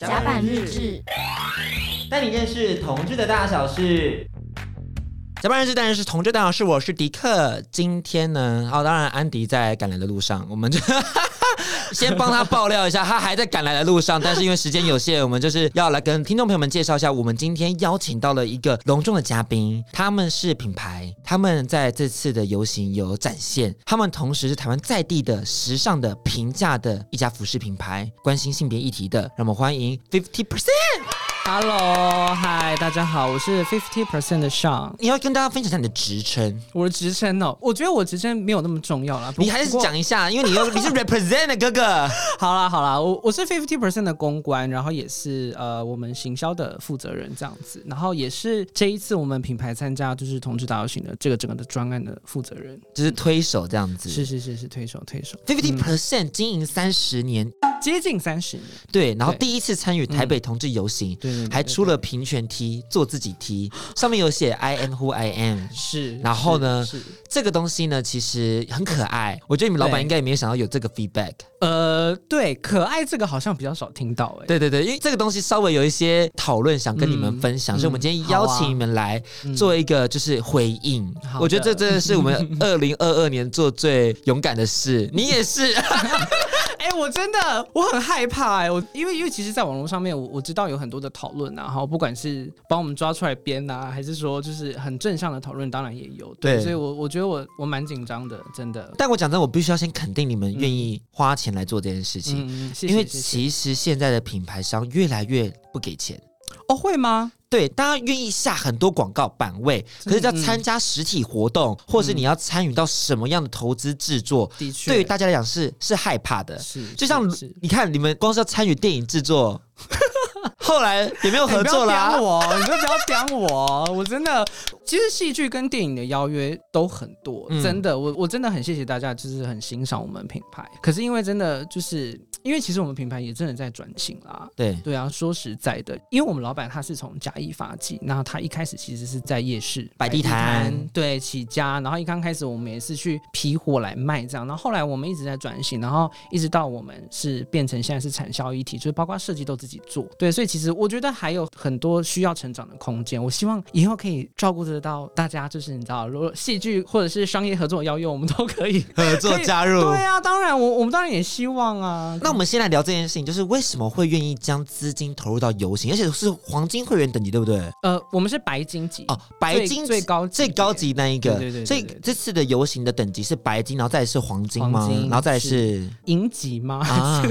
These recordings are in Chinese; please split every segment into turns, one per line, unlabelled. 甲板日志，
带你认识同志的大小事。甲板日志当然是同志大小事，我是迪克。今天呢，哦，当然安迪在赶来的路上，我们就 先帮他爆料一下，他还在赶来的路上，但是因为时间有限，我们就是要来跟听众朋友们介绍一下，我们今天邀请到了一个隆重的嘉宾，他们是品牌，他们在这次的游行有展现，他们同时是台湾在地的时尚的平价的一家服饰品牌，关心性别议题的，让我们欢迎 Fifty Percent。
Hello，嗨，大家好，我是 Fifty Percent 的 Sean。
你要跟大家分享一下你的职称，
我的职称哦，我觉得我职称没有那么重要啦。不
你还是
不过
讲一下，因为你要 你是 represent 的哥哥，
好啦，好啦，我我是 Fifty Percent 的公关，然后也是呃我们行销的负责人这样子，然后也是这一次我们品牌参加就是同志打游行的这个整个的专案的负责人。
就是推手这样子。
是是是是，推手推手，
fifty percent 经营三十年，
接近三十年，
对，嗯然后
对
第一次参与台北同志游行，
对对对对
还出了平权 T，做自己 T，上面有写 I am who I am。
是。
然后呢
是是
这个东西呢，其实很可爱，我觉得你们老板
对
应该也没有想到有这个 feedback。
呃，对，可爱这个好像比较少听到哎、
对对对，因为这个东西稍微有一些讨论想跟你们
嗯
分享，所以我们今天
嗯
邀
好啊
请你们来
嗯
做一个就是回应。
好的
我觉得这真的是我 们二零二二年做最勇敢的事，你也 是。
哎、我真的我很害怕哎、我因为因为其实，在网络上面，我我知道有很多的讨论啊，然后不管是帮我们抓出来编啊，还是说就是很正向的讨论，当然也有对，
对
所以我我觉得我我蛮紧张的，真的。
但我讲真的，我必须要先肯定你们愿意花钱来做这件事情，
嗯，谢谢
因为
谢谢
其实现在的品牌商越来越不给钱。
哦会吗？
对，大家愿意下很多广告版位，可是要参加实体活
嗯
动，或是你要参与到什么样的投资制作，
的确，
对于大家来讲是是害怕的。
是
就像
是是
你看，你们光是要参与电影制作， 后来也没有合作啦、
哎你不要刁我，你就不要刁我，我真的，其实戏剧跟电影的邀约都很多，
嗯
真的，我我真的很谢谢大家，就是很欣赏我们品牌。可是因为真的就是因为其实我们品牌也真的在转型啦。
对，
对啊，说实在的，因为我们老板他是从嘉义发迹，那他一开始其实是在夜市
摆地摊
对起家，然后一刚开始我们也是去批货来卖这样，然后后来我们一直在转型，然后一直到我们是变成现在是产销一体，就是包括设计都自己做，对，所以其实我觉得还有很多需要成长的空间，我希望以后可以照顾得到大家，就是你知道，如果戏剧或者是商业合作的邀约，我们都 可以。
合作加入。
对啊，当然我我们当然也希望啊。
哦那我们先来聊这件事情，就是为什么会愿意将资金投入到游行，而且是黄金会员等级，对不对？
呃，我们是白金级
哦，白金
最最高级
最高级那一个，
对对对对
所以
对对
这次的游行的等级是白金，然后再来是黄金吗？
黄金
然后再来是
银级吗？
啊，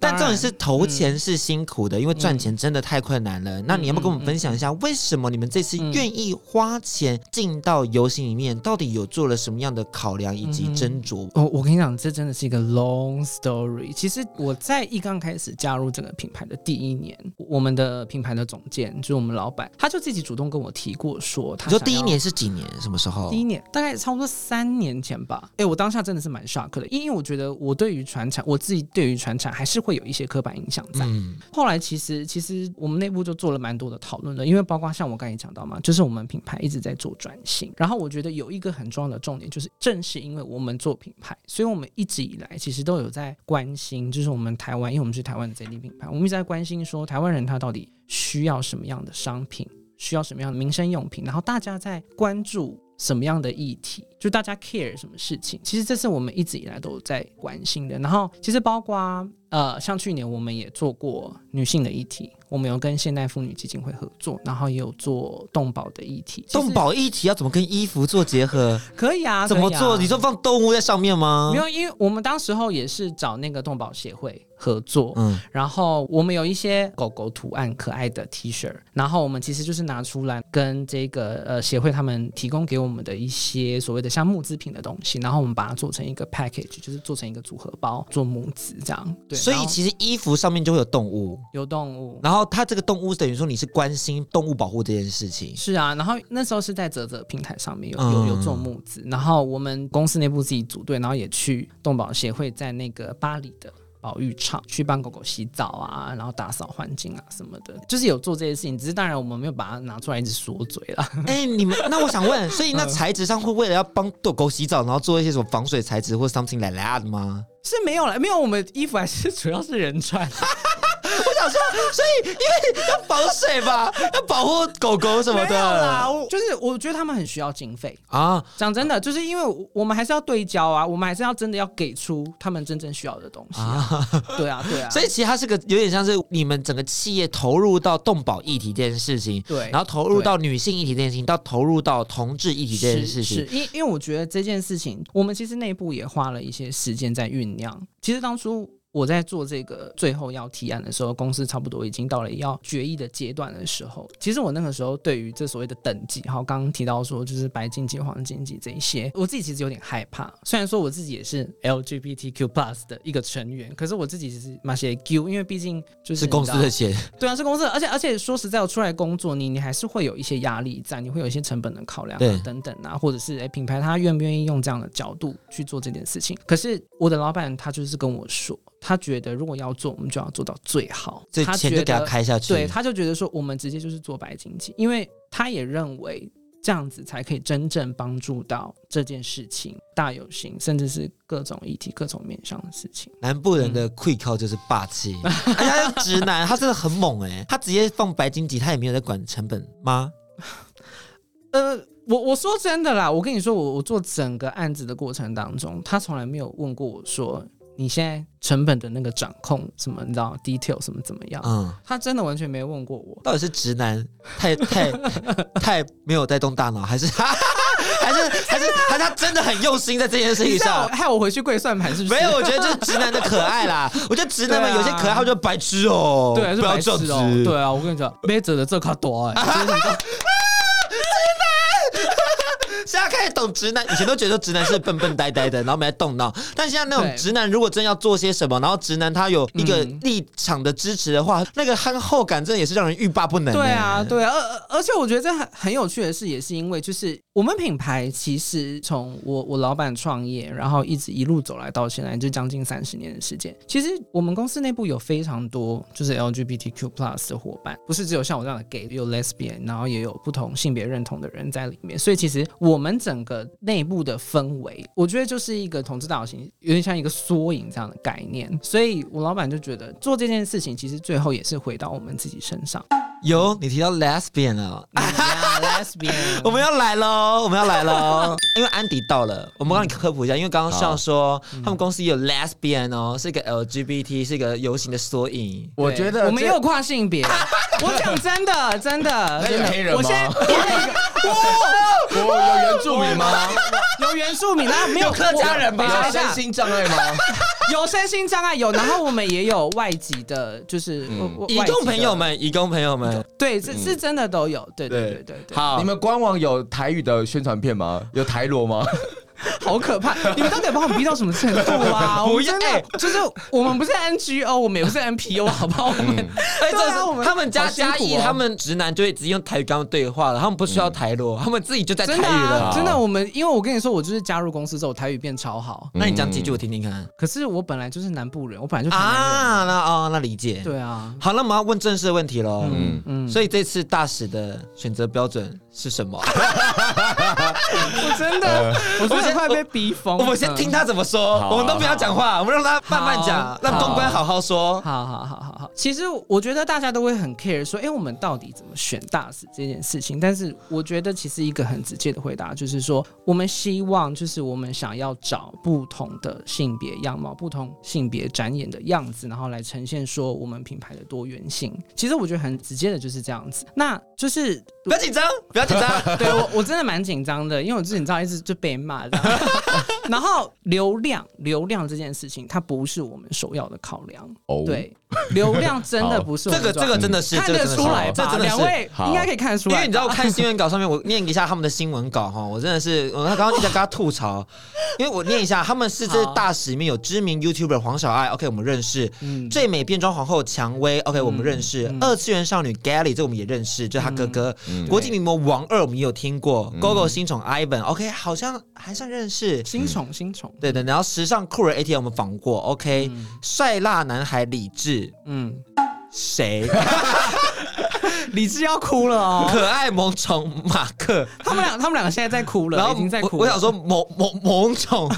但重点是投
嗯
钱是辛苦的，因为赚钱真的太困难了。那你要不要跟我们分享一下，为什么你们这次
嗯
愿意花钱进到游行里面，到底有做了什么样的考量以及斟酌？
哦我我跟你讲，这真的是一个 long story。其实我在一刚开始加入这个品牌的第一年，我们的品牌的总监就是我们老板，他就自己主动跟我提过说，他
你说
想
第一
要
年是几年？什么时候
第？一年大概差不多三年前吧。哎、我当下真的是蛮 shock 的，因为我觉得我对于传产，我自己对于传产还是会有一些刻板印象在。
嗯，
后来其实其实我们内部就做了蛮多的讨论的，因为包括像我刚才讲到嘛，就是我们品牌一直在做转型，然后我觉得有一个很重要的重点就是，正是因为我们做品牌，所以我们一直以来其实都有在关心，就是我们台湾，因为我们是台湾的在地品牌，我们一直在关心说台湾人他到底需要什么样的商品，需要什么样的民生用品，然后大家在关注。什么样的议题，就大家 care 什么事情，其实这是我们一直以来都有在关心的。然后，其实包括呃，像去年我们也做过女性的议题，我们有跟现代妇女基金会合作，然后也有做动保的议题。其实
动保议题要怎么跟衣服做结 合？
可以啊，
怎么
可以啊
做？你说放嗯动物在上面吗
没？有，因为我们当时候也是找那个动保协会合作，
嗯，
然后我们有一些狗狗图案可爱的 T 恤，然后我们其实就是拿出来跟这个呃协会他们提供给我们的一些所谓的像募资品的东西，然后我们把它做成一个 package，就是做成一个组合包，做募资这样。对，
所
然
以
后
其实衣服上面就会有动物，
有动物。
然后它这个动物等于说你是关心动物保护这件事情。
是啊，然后那时候是在泽泽平台上面有
嗯
有有做募资，然后我们公司内部自己组队，然后也去动保协会在那个巴黎的保育场去帮狗狗洗澡啊，然后打扫环境啊什么的，就是有做这些事情，只是当然我们没有把它拿出来一直说嘴啦。
哎、你们那我想问，所以
嗯
那材质上会为了要帮狗狗洗澡，然后做一些什么防水材质或 something like that 吗？
是没有了，没有，我们衣服还是主要是人穿。
想说，所以因为要防水 吧，要保护狗狗什么
没有啦，
的
我就是我觉得他们很需要经费。
啊。
讲真的，就是因为我我们还是要对焦啊，我们还是要真的要给出他们真正需要的东西、啊。对啊，对啊。
所以其实它是个有点像是你们整个企业投入到动保议题这件事情，
对
然后投入到女性议题这件事情，到投入到同志议题这件事
是
情，
是，因因为我觉得这件事情，我们其实内部也花了一些时间在酝酿。其实当初我在做这个最后要提案的时候，公司差不多已经到了要决议的阶段的时候。其实我那个时候对于这所谓的等级，好，刚刚提到说就是白金级、黄金级这一些，我自己其实有点害怕。虽然说我自己也是 LGBTQ plus 的一个成员，可是我自己其实蛮些 Q，因为毕竟就是
是公司
你知
的
道
钱
对啊，是公司的，而且而且说实在，我出来工作，你你还是会有一些压力在，你会有一些成本的考量
对
啊等等啊，或者是哎品牌他愿不愿意用这样的角度去做这件事情？可是我的老板他就是跟我说，他觉得如果要做，我们就要做到最好，
所以
他
钱
觉
就
得
给它开下去。
对，他就觉得说我们直接就是做白经济，因为他也认为这样子才可以真正帮助到这件事情大有形，甚至是各种议题、各种面向的事情。
南部人
嗯
的 quick call 就是霸气，哎而且他是直男，他真的很猛哎、他直接放白金级，他也没有在管成本吗？
呃，我我说真的啦，我跟你说，我我做整个案子的过程当中，他从来没有问过我说你现在成本的那个掌控什么，你知道 detail 什么怎么样？
嗯，
他真的完全没问过我。
到底是直男 太太太没有在动大脑，还是 还是还是
啊
还是他真的很用心在这件事情
你害我
上？
害我回去跪算盘是不是？
没有，我觉得这是直男的可爱 啦。我觉得直男们有些可爱，他们就白痴哦、
对，是
不要
白痴
这样子
哦、对啊，我跟你讲，没者的这卡多哎、就是你知道
现在开始懂直男，以前都觉得直男是笨笨呆呆的，然后没在动 脑。但现在那种
对
直男，如果真要做些什么，然后直男他有一个
嗯
立场的支持的话，那个憨厚感真的也是让人欲罢不能、欸
对啊，，对啊，而而且我觉得这很很有趣的是，也是因为就是我们品牌其实从我我老板创业，然后一直一路走来到现在，就将近三十年的时间。其实我们公司内部有非常多就是 LGBTQ plus 的伙伴，不是只有像我这样的 gay，有 lesbian，然后也有不同性别认同的人在里面。所以其实我们整个内部的氛围，我觉得就是一个统治导型，有点像一个缩影这样的概念。所以我老板就觉得做这件事情，其实最后也是回到我们自己身上。
有你提到 lesbian 了。
Yeah, lesbian，
我们要来喽！我们要来喽！ 因为安迪到了，我们帮你科普一下。因为刚刚上说，嗯他们公司也有 lesbian 哦，是一个 LGBT，是一个游行的缩影。
我觉得
我们
这
也有跨性别。我讲真的，真的，
那有黑人吗
我现在我
我有原住 民吗？
有原住民，然后没有
客家人吧
我等
有
一下
身心障碍吗？
有身心障碍有，然后我们也有外籍的，就是我我
义
外籍
工
的
朋友，们，义工朋友们，
对，这是真的都有，对对对
对
对 对，
好
你，们官网有台语的宣传片吗？有台罗吗？
好可怕！你们到底把我们逼到什么程度啊？
不
我们
要
真的就是我们不是 NGO，我们也不是 NPO，好不好？我们
哎，
对啊
这
我
是
们
他们家
好辛苦
嘉义，
哦
他们直男就会直接用台语跟他们对话了，他们不需要台罗，他们自己就在台
真
语
的啊
了。
真的，我们因为我跟你说，我就是加入公司之后，台语变超好。
那你讲几句我听听看
可是我本来就是南部人，我本来就台南人。
啊？那哦，那理解。
对啊，
好，那我们要问正式的问题喽。嗯嗯，
嗯
所以这次大使的选择标准是什么？
我真的，呃我真的快被逼疯。
我们先听他怎么说，
好
我们都不要讲话，我们让他慢慢讲
好，
让公关好好说
嗯。。好好好好好，其实我觉得大家都会很 care 说，哎、我们到底怎么选大使这件事情？但是我觉得其实一个很直接的回答就是说，我们希望就是我们想要找不同的性别样貌、不同性别展演的样子，然后来呈现说我们品牌的多元性。其实我觉得很直接的就是这样子，那就是
不要紧张，不要紧张。
对我我真的蛮紧张的，因为我自己你知道一直就被骂这样。然后流量流量这件事情，它不是我们首要的考量。
哦
啊
对，流量真的不是我
这
们
个
主要
这个真的是
看
这个
得
真的是
出来
这
吧？
真的
两
是。
位应该可以看得出
因
来吧，
为你知道，我看新闻稿上面，我念一下他们的新闻稿哈，我真的是，我刚刚一直在跟他吐槽， 因为我念一下，他们是这
好
大使里面有知名 YouTuber 黄小爱，OK，我们认识，
嗯
最美变装皇后蔷薇，OK，我们认识，二次元少女 Gally，这我们也认识，就是他哥哥，
嗯
国际名模王二我们也有听过，GoGo 新宠 Ivan，OK，好像还算认识，
新宠新宠，
对的，然后时尚酷人 AT 我们访过，OK，帅辣男孩李志
嗯，
谁？
理智要哭了哦。
嗯可爱萌宠马克，
他们俩，他们两个现在在哭了，
然后
已经在
我
哭了
我想说萌萌萌宠，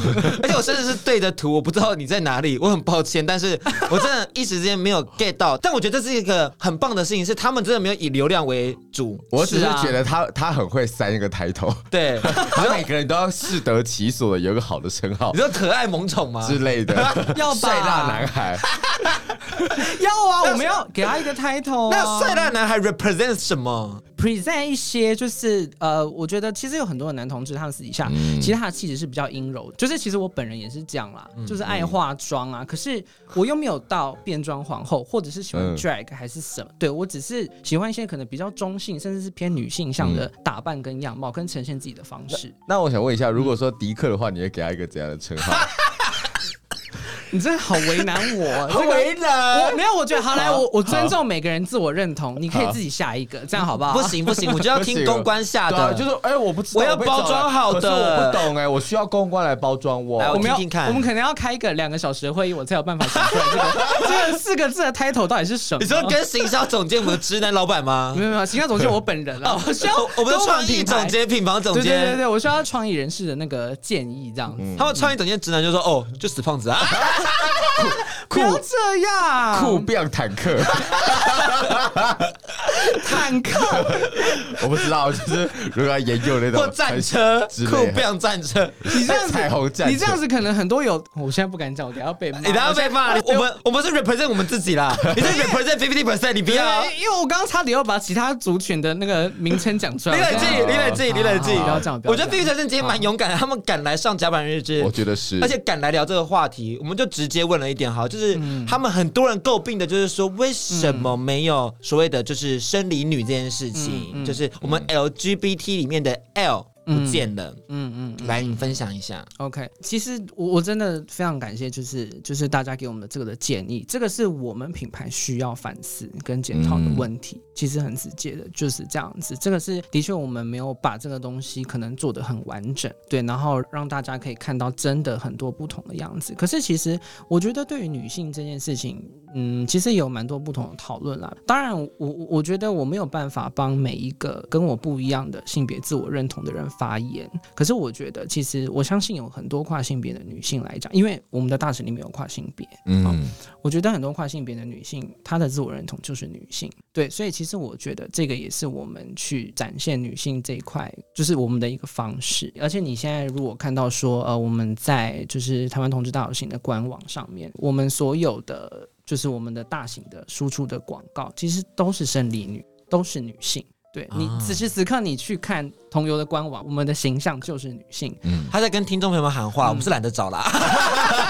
而且我甚至是对着图，我不知道你在哪里，我很抱歉，但是我真的一时之间没有 get 到。但我觉得这是一个很棒的事情，是他们真的没有以流量为主。
我只是
是啊
觉得他他很会塞那个抬 头，
对，
他每个人都要适得其所的有一个好的称号
你说可爱萌宠吗？
之类 的，
要吧
帅辣男孩，
要啊，我们要给他一个 title 啊。
那帅烂男孩 represent 什么？
present 一些就是呃，我觉得其实有很多的男同志，他们私底下、其实他的气质是比较阴柔的，就是其实我本人也是这样啦，就是爱化妆啊，可是我又没有到变装皇后，或者是喜
嗯
欢 drag 还是什么，对我只是喜欢一些可能比较中性，甚至是偏女性向的打扮跟样貌，跟呈现自己的方式。
那我想问一下，如果说迪克的话，你会给他一个怎样的称 号？
你真的好为难 我，啊这个
难
我没有，我觉得好来，我我尊重每个人自我认同，你可以自己下一个，这样好不好？
不，行不行，我就要听公关下
对啊，
的，
就是哎，我不知道，
我要
被找来
包装好的
可是我不懂哎，我需要公关来包装我
来。我
我们要
听听看
我们可能要开一个两个小时的会议，我才有办法想出来这个这个四个字的 title 到底是什么。
你说跟行销总监我们的直男老板吗
没？有没有，形象总监我本人啊，我需要
哦我们的
多管
创
品
意
牌
总。监、品房总
对对对
监，嗯
对，我需要创意人士的那个建议，这样子。
他们创意总监直男就说：“哦，就死胖子啊
不要这样，
酷变坦克，
坦克，
我不知道，就是如果要研究那！”
或
种
战车
之，类
酷
的
变战车。
你这样子
彩虹战车
你这样子可能很多有，我现在不敢讲，我等一下被骂。
你等下被骂，我们我们是 represent 我们自己啦，你是 represent fifty percent，你不
对
要。
因为我刚刚差点要把其他族群的那个名称讲出来。
李冷静，
好
李冷静，李冷静。
好好好不要这样不要
我觉得
这
fifty
样
percent 今天蛮勇敢的，他们敢来上甲板日志
我，觉得是，
而且敢来聊这个话题，我们就直接问了一点哈，就是
嗯
他们很多人诟病的就是说，为什么没有所谓的就是生理女这件事情，
嗯嗯
就是我们 LGBT 里面的 L 不见了，
嗯嗯。
来你分享一下。
OK，其实我我真的非常感谢，就是就是大家给我们的这个的建议，这个是我们品牌需要反思跟检讨的问题，其实很直接的，就是这样子。这个是的确我们没有把这个东西可能做得很完整，对，然后让大家可以看到真的很多不同的样子。可是其实我觉得对于女性这件事情，嗯，其实有蛮多不同的讨论啦。当然，我我我觉得我没有办法帮每一个跟我不一样的性别自我认同的人发言。可是我觉得，其实我相信有很多跨性别的女性来讲，因为我们的大使里面有跨性别，
嗯，
我觉得很多跨性别的女性，她的自我认同就是女性，对，所以其实我觉得这个也是我们去展现女性这一块，就是我们的一个方式。而且你现在如果看到说，呃，我们在就是台湾同志大游行的官网上面，我们所有的就是我们的大型的输出的广告，其实都是生理女，都是女性。对你
啊
此时此刻你去看同游的官网，我们的形象就是女性，
他在跟听众朋友们喊话，
嗯
我们是懒得找啊啦。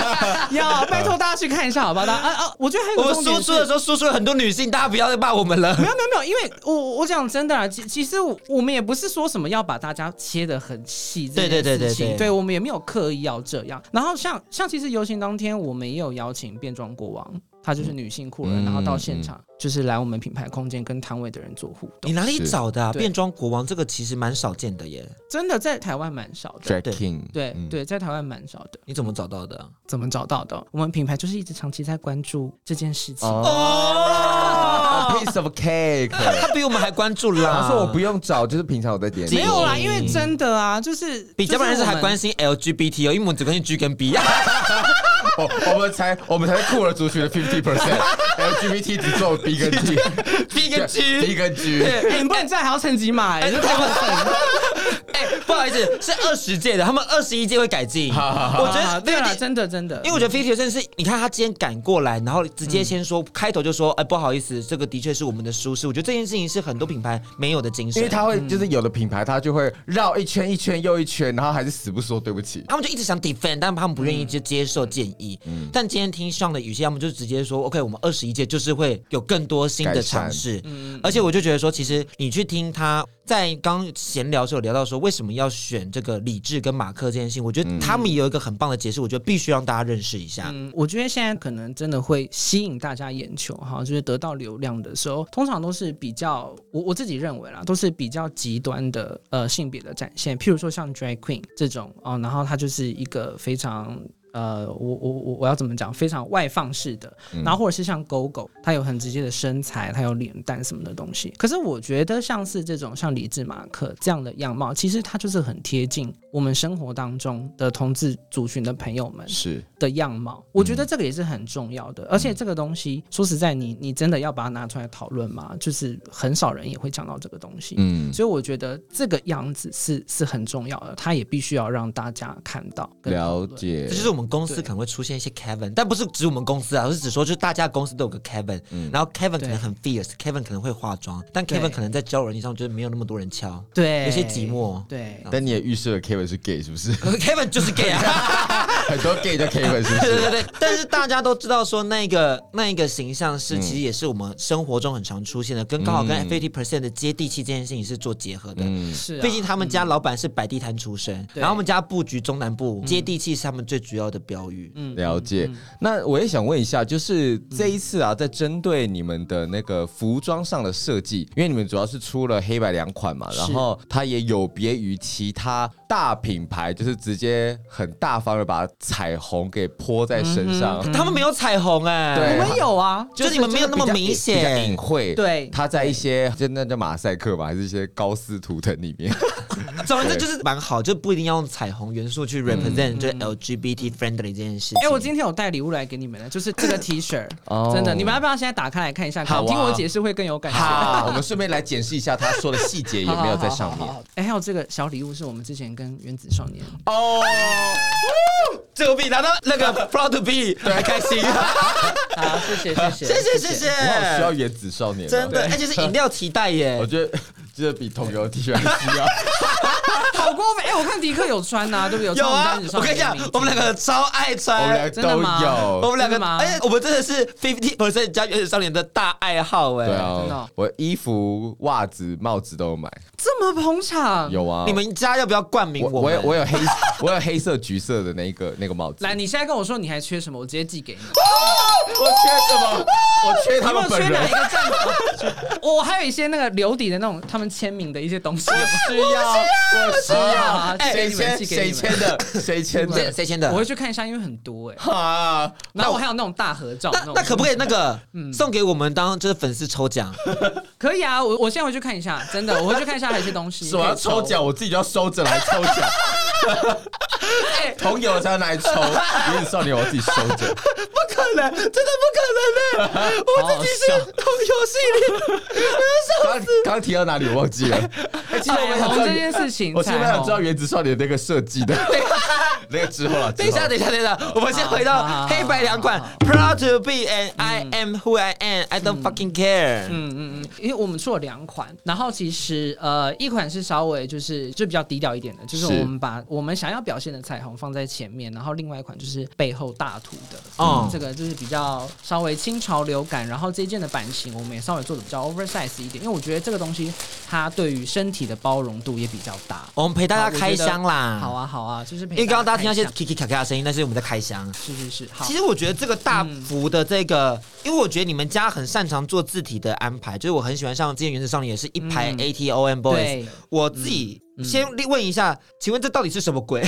要拜托大家去看一下，好不好？大家啊啊，我觉得还有一
我
个
们
重
输出
点是
的时候输出了很多女性，大家不要再骂我们了。
没 有没有没有，因为我我我讲真的啊，其其实我我们也不是说什么要把大家切的很细这件事
对
情，
对对对对
对，我们也没有刻意要这样。然后像像其实游行当天，我们也有邀请变装国王，他就是女性酷人，
嗯
然后到现场就是来我们品牌空间跟摊位的人做互动
你，哪里
是
找的、啊、
对
变装国王？这个其实蛮少见的耶。
真的在台湾蛮少
啊
的，
，Drag King，
对
嗯
对，在台湾蛮少的。
你怎么找到的啊？
怎么找到的？我们品牌就是一直长期在关注这件事情。
哦
哦，
，piece of cake。
他比我们还关注啦。
他说我不用找，就是平常我在点。
没有啦，因为真的啊，就是
比
就是
较不然是
我
还
们
关心 LGBT 哦，因为我们只关心 G 跟 B 啊。
哎
我我们才我们才是酷儿族群的 fifty percent，LGBT 只做 B 跟 T，B
B 跟 G
B 跟 G，
哎、 你不能这样还要趁 机骂哎、这太过分了。
哎、不好意思，是二十届的，他们二十一届会改进。我觉
啊
得
对啦，
50
真的真的，
因为我觉得 Fifty 真的是，你看他今天赶过来，然后直接先说、
嗯
开头就说，哎、不好意思，这个的确是我们的舒适。我觉得这件事情是很多品牌没有的精
因
神
为。他会就是有的品牌，他就会绕一圈一圈又一圈，然后还是死不说对不起。
他们就一直想 defend，但他们不愿意就
嗯
接受建议。但今天听上的语气，他们就直接说：“OK，我们二十一届就是会有更多新的尝试。”
嗯
而且我就觉得说，其实你去听他在刚闲聊的时候有聊到说，为什么要选这个李志跟马克这件事情，我觉得他们也有一个很棒的解释，我觉得必须让大家认识一下。
嗯，我觉得现在可能真的会吸引大家眼球哈，就是得到流量的时候，通常都是比较我我自己认为啦，都是比较极端的呃性别的展现，譬如说像 drag queen 这种哦，然后它就是一个非常呃，我我我我要怎么讲，非常外放式的，
嗯
然后或者是像狗狗，它有很直接的身材，它有脸蛋什么的东西。可是我觉得像是这种像李治马克这样的样貌，其实它就是很贴近我们生活当中的同志族群的朋友们
是嗯
的样貌。我觉得这个也是很重要的，而且这个东西说实在你，你真的要把它拿出来讨论吗？就是很少人也会讲到这个东西。
嗯
所以我觉得这个样子是是很重要的，它也必须要让大家看到跟讨
了
论。
解
这，就是我们公司
对
可能会出现一些 Kevin，但不是指我们公司啊，我是指说就是大家公司都有个 Kevin，、然后 Kevin 可能很 fierce，Kevin 可能会化妆，但
嗯对
Kevin 可能在交友软件上就是没有那么多人敲，
对，
有些寂寞。
对，
但你也预设了 Kevin 是 gay 是不 是？
可 Kevin 就是 gay 啊，
很多 gay 叫 Kevin 是
对
不是？
对对 对，但是大家都知道说那个那一个形象是
嗯
其实也是我们生活中很常出现的，跟刚好跟 fifty percent 的接地气这件事情是做结合的。
嗯，
是、啊，
毕竟他们家老板是摆地摊出身，
对
然后我们家布局中南部，接地气是他们最主要的标语。
嗯
了解
嗯嗯。
那我也想问一下，就是这一次啊，在针对你们的那个服装上的设计，因为你们主要是出了黑白两款嘛，
是
然后它也有别于其他大品牌，就是直接很大方的把彩虹给泼在身
嗯
上。
他们没有彩虹哎、
对
我们有啊，
就是你们没有那么明
比较
显
隐，晦，
对
它在一些就那叫马赛克吧，还是一些高斯图腾里面，
总之就是蛮好，就不一定要用彩虹元素去
嗯
represent 就是 LGBT friendly 这件事情。
哎、我今天有带礼物来给你们了，就是这个 T 恤，
哦
真的，你们要不要现在打开来看一下？可
好啊
能听我解释会更有 感觉。
好，我们顺便来检视一下他说的细节有没有在上面。
哎、还有这个小礼物是我们之前跟原子少 年，
哦，
这个比拿到那个 proud to be 还开心，
好，谢谢谢 谢
谢谢谢谢，
我好需要原子少年哦，
真的，而且是饮料提袋
我
哎
耶，
觉得 这比同游 T 恤还 需要。
好过分！哎、我看迪克有穿呐、对不对？有
有
穿
啊
们原子，
我
少
跟
年
你
的
讲
名字，
我们两个超爱
我们
穿
俩。
呃真的
都
吗
我
有。
们两个
真的，吗
而且我们真的是 fifty percent 加原始少年的大爱好哎、
对
真的
啊
哦，
我衣服、袜子、帽子都有买，
这么捧场，
有啊。
你们家要不要冠名
我
我
我
们？
有我有黑 我有黑色、橘色的那个那个帽子。
来，你现在跟我说你还缺什么，我直接寄给你。
我缺 什么？我缺 他
你有
们
没有
本
缺哪
人
一。个站长？ 我我还有一些那个留底的那种他们签名的一些东西。
需要，我需
好
要
好。
哎
寄给
谁
你们
签
寄给
谁
你们
签的？谁签
谁
的？
谁签的？
我会去看一下，因为很多哎、
啊！
然后我还有那种大合照，
那
种
那可不可以那个
嗯
送给我们当就是粉丝抽 奖？
可以啊？我我现在回去看一下，真的，我回去看一下还有些东西。
什么要啊
可以
抽奖？？我自己就要收着来抽奖。
哎
同友才拿 来抽，原子少年我自己收着。
不可能，真的不可能的、 我自己是
好好
同游戏里，
刚刚刚提到哪里我忘记了。哎，其实我
彩
们想
虹
知道
这件事情，
我其实蛮想知
彩虹
道
哦
原子少年那个设计的， 那个之后了。
等一下，
之后
等一下，等一下，我们先回
好
到
好
黑白两款
好好
，Proud to be and I am who I am, I don't fucking care。
嗯嗯嗯，因为我们出了两款，然后其实呃，一款是稍微就是就比较低调一点的，就是
是
我们把我们想要表现的彩虹放在前面，然后另外一款就是背后大图的，
哦
嗯，这个就是比较稍微轻潮流感，然后这一件的版型我们也稍微做的比较 oversize 一点，因为我觉得这个东西它对于身体的包容度也比较大。
我们陪大家开箱啦，
好，啊好啊，就是因
因为刚刚大家听到一些 kiki 卡卡的声音，那是我们在开箱。
是是是，哎好
其，实我觉得这个大幅的这个，因为我觉得你们家很擅长做字体的安排，就是我很喜欢像之前原子少年也是一排
嗯
A T O M boys，
对嗯
我自己先问一下，请问这到底是什么 鬼？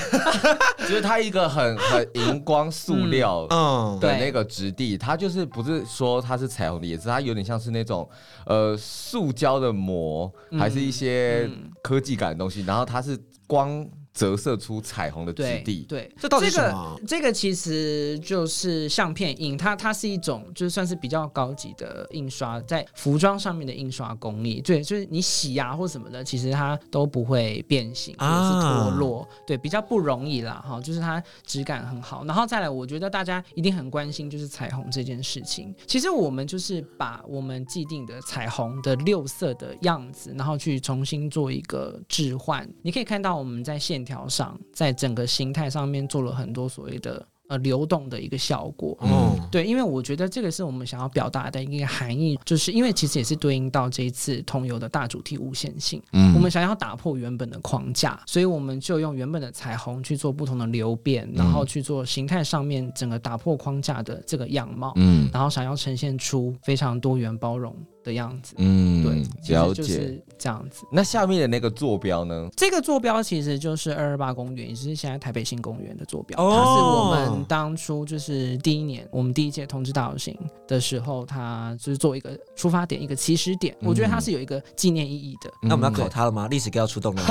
就是它一个很很荧光塑料
嗯，
的
对
那个质地，它就是不是说它是彩虹的颜色，它有点像是那种呃塑胶的膜，还是一些科技感的东西，然后它是光折射出彩虹的质
对
地。
对，
这到底是
这
什么
个这个其实就是相片印，它它是一种就是算是比较高级的印刷，在服装上面的印刷工艺。对，就是你洗啊或什么的，其实它都不会变形或者是
啊
脱落，对，比较不容易啦哈。就是它质感很好，然后再来，我觉得大家一定很关心就是彩虹这件事情。其实我们就是把我们既定的彩虹的六色的样子，然后去重新做一个置换。你可以看到我们在线条上，在整个形态上面做了很多所谓的呃流动的一个效果。
哦，
嗯
对，因为我觉得这个是我们想要表达的一个含义，就是因为其实也是对应到这一次通游的大主题无限性，
嗯
我们想要打破原本的框架，所以我们就用原本的彩虹去做不同的流变，然后去做形态上面整个打破框架的这个样貌，
嗯
然后想要呈现出非常多元包容的样子。
嗯，
对，其
了
实就
解。
是这样子。
那下面的那个坐标 呢？
这个坐标其实就是二二八公园，也就是现在台北新公园的坐标。
哦
它是我们当初就是第一年，我们第一届同志大游行的时候，它就是作为一个出发点，一个起始点。我觉得它是有一个纪念意义的。
那我们要考他了吗？历史课要出动了吗。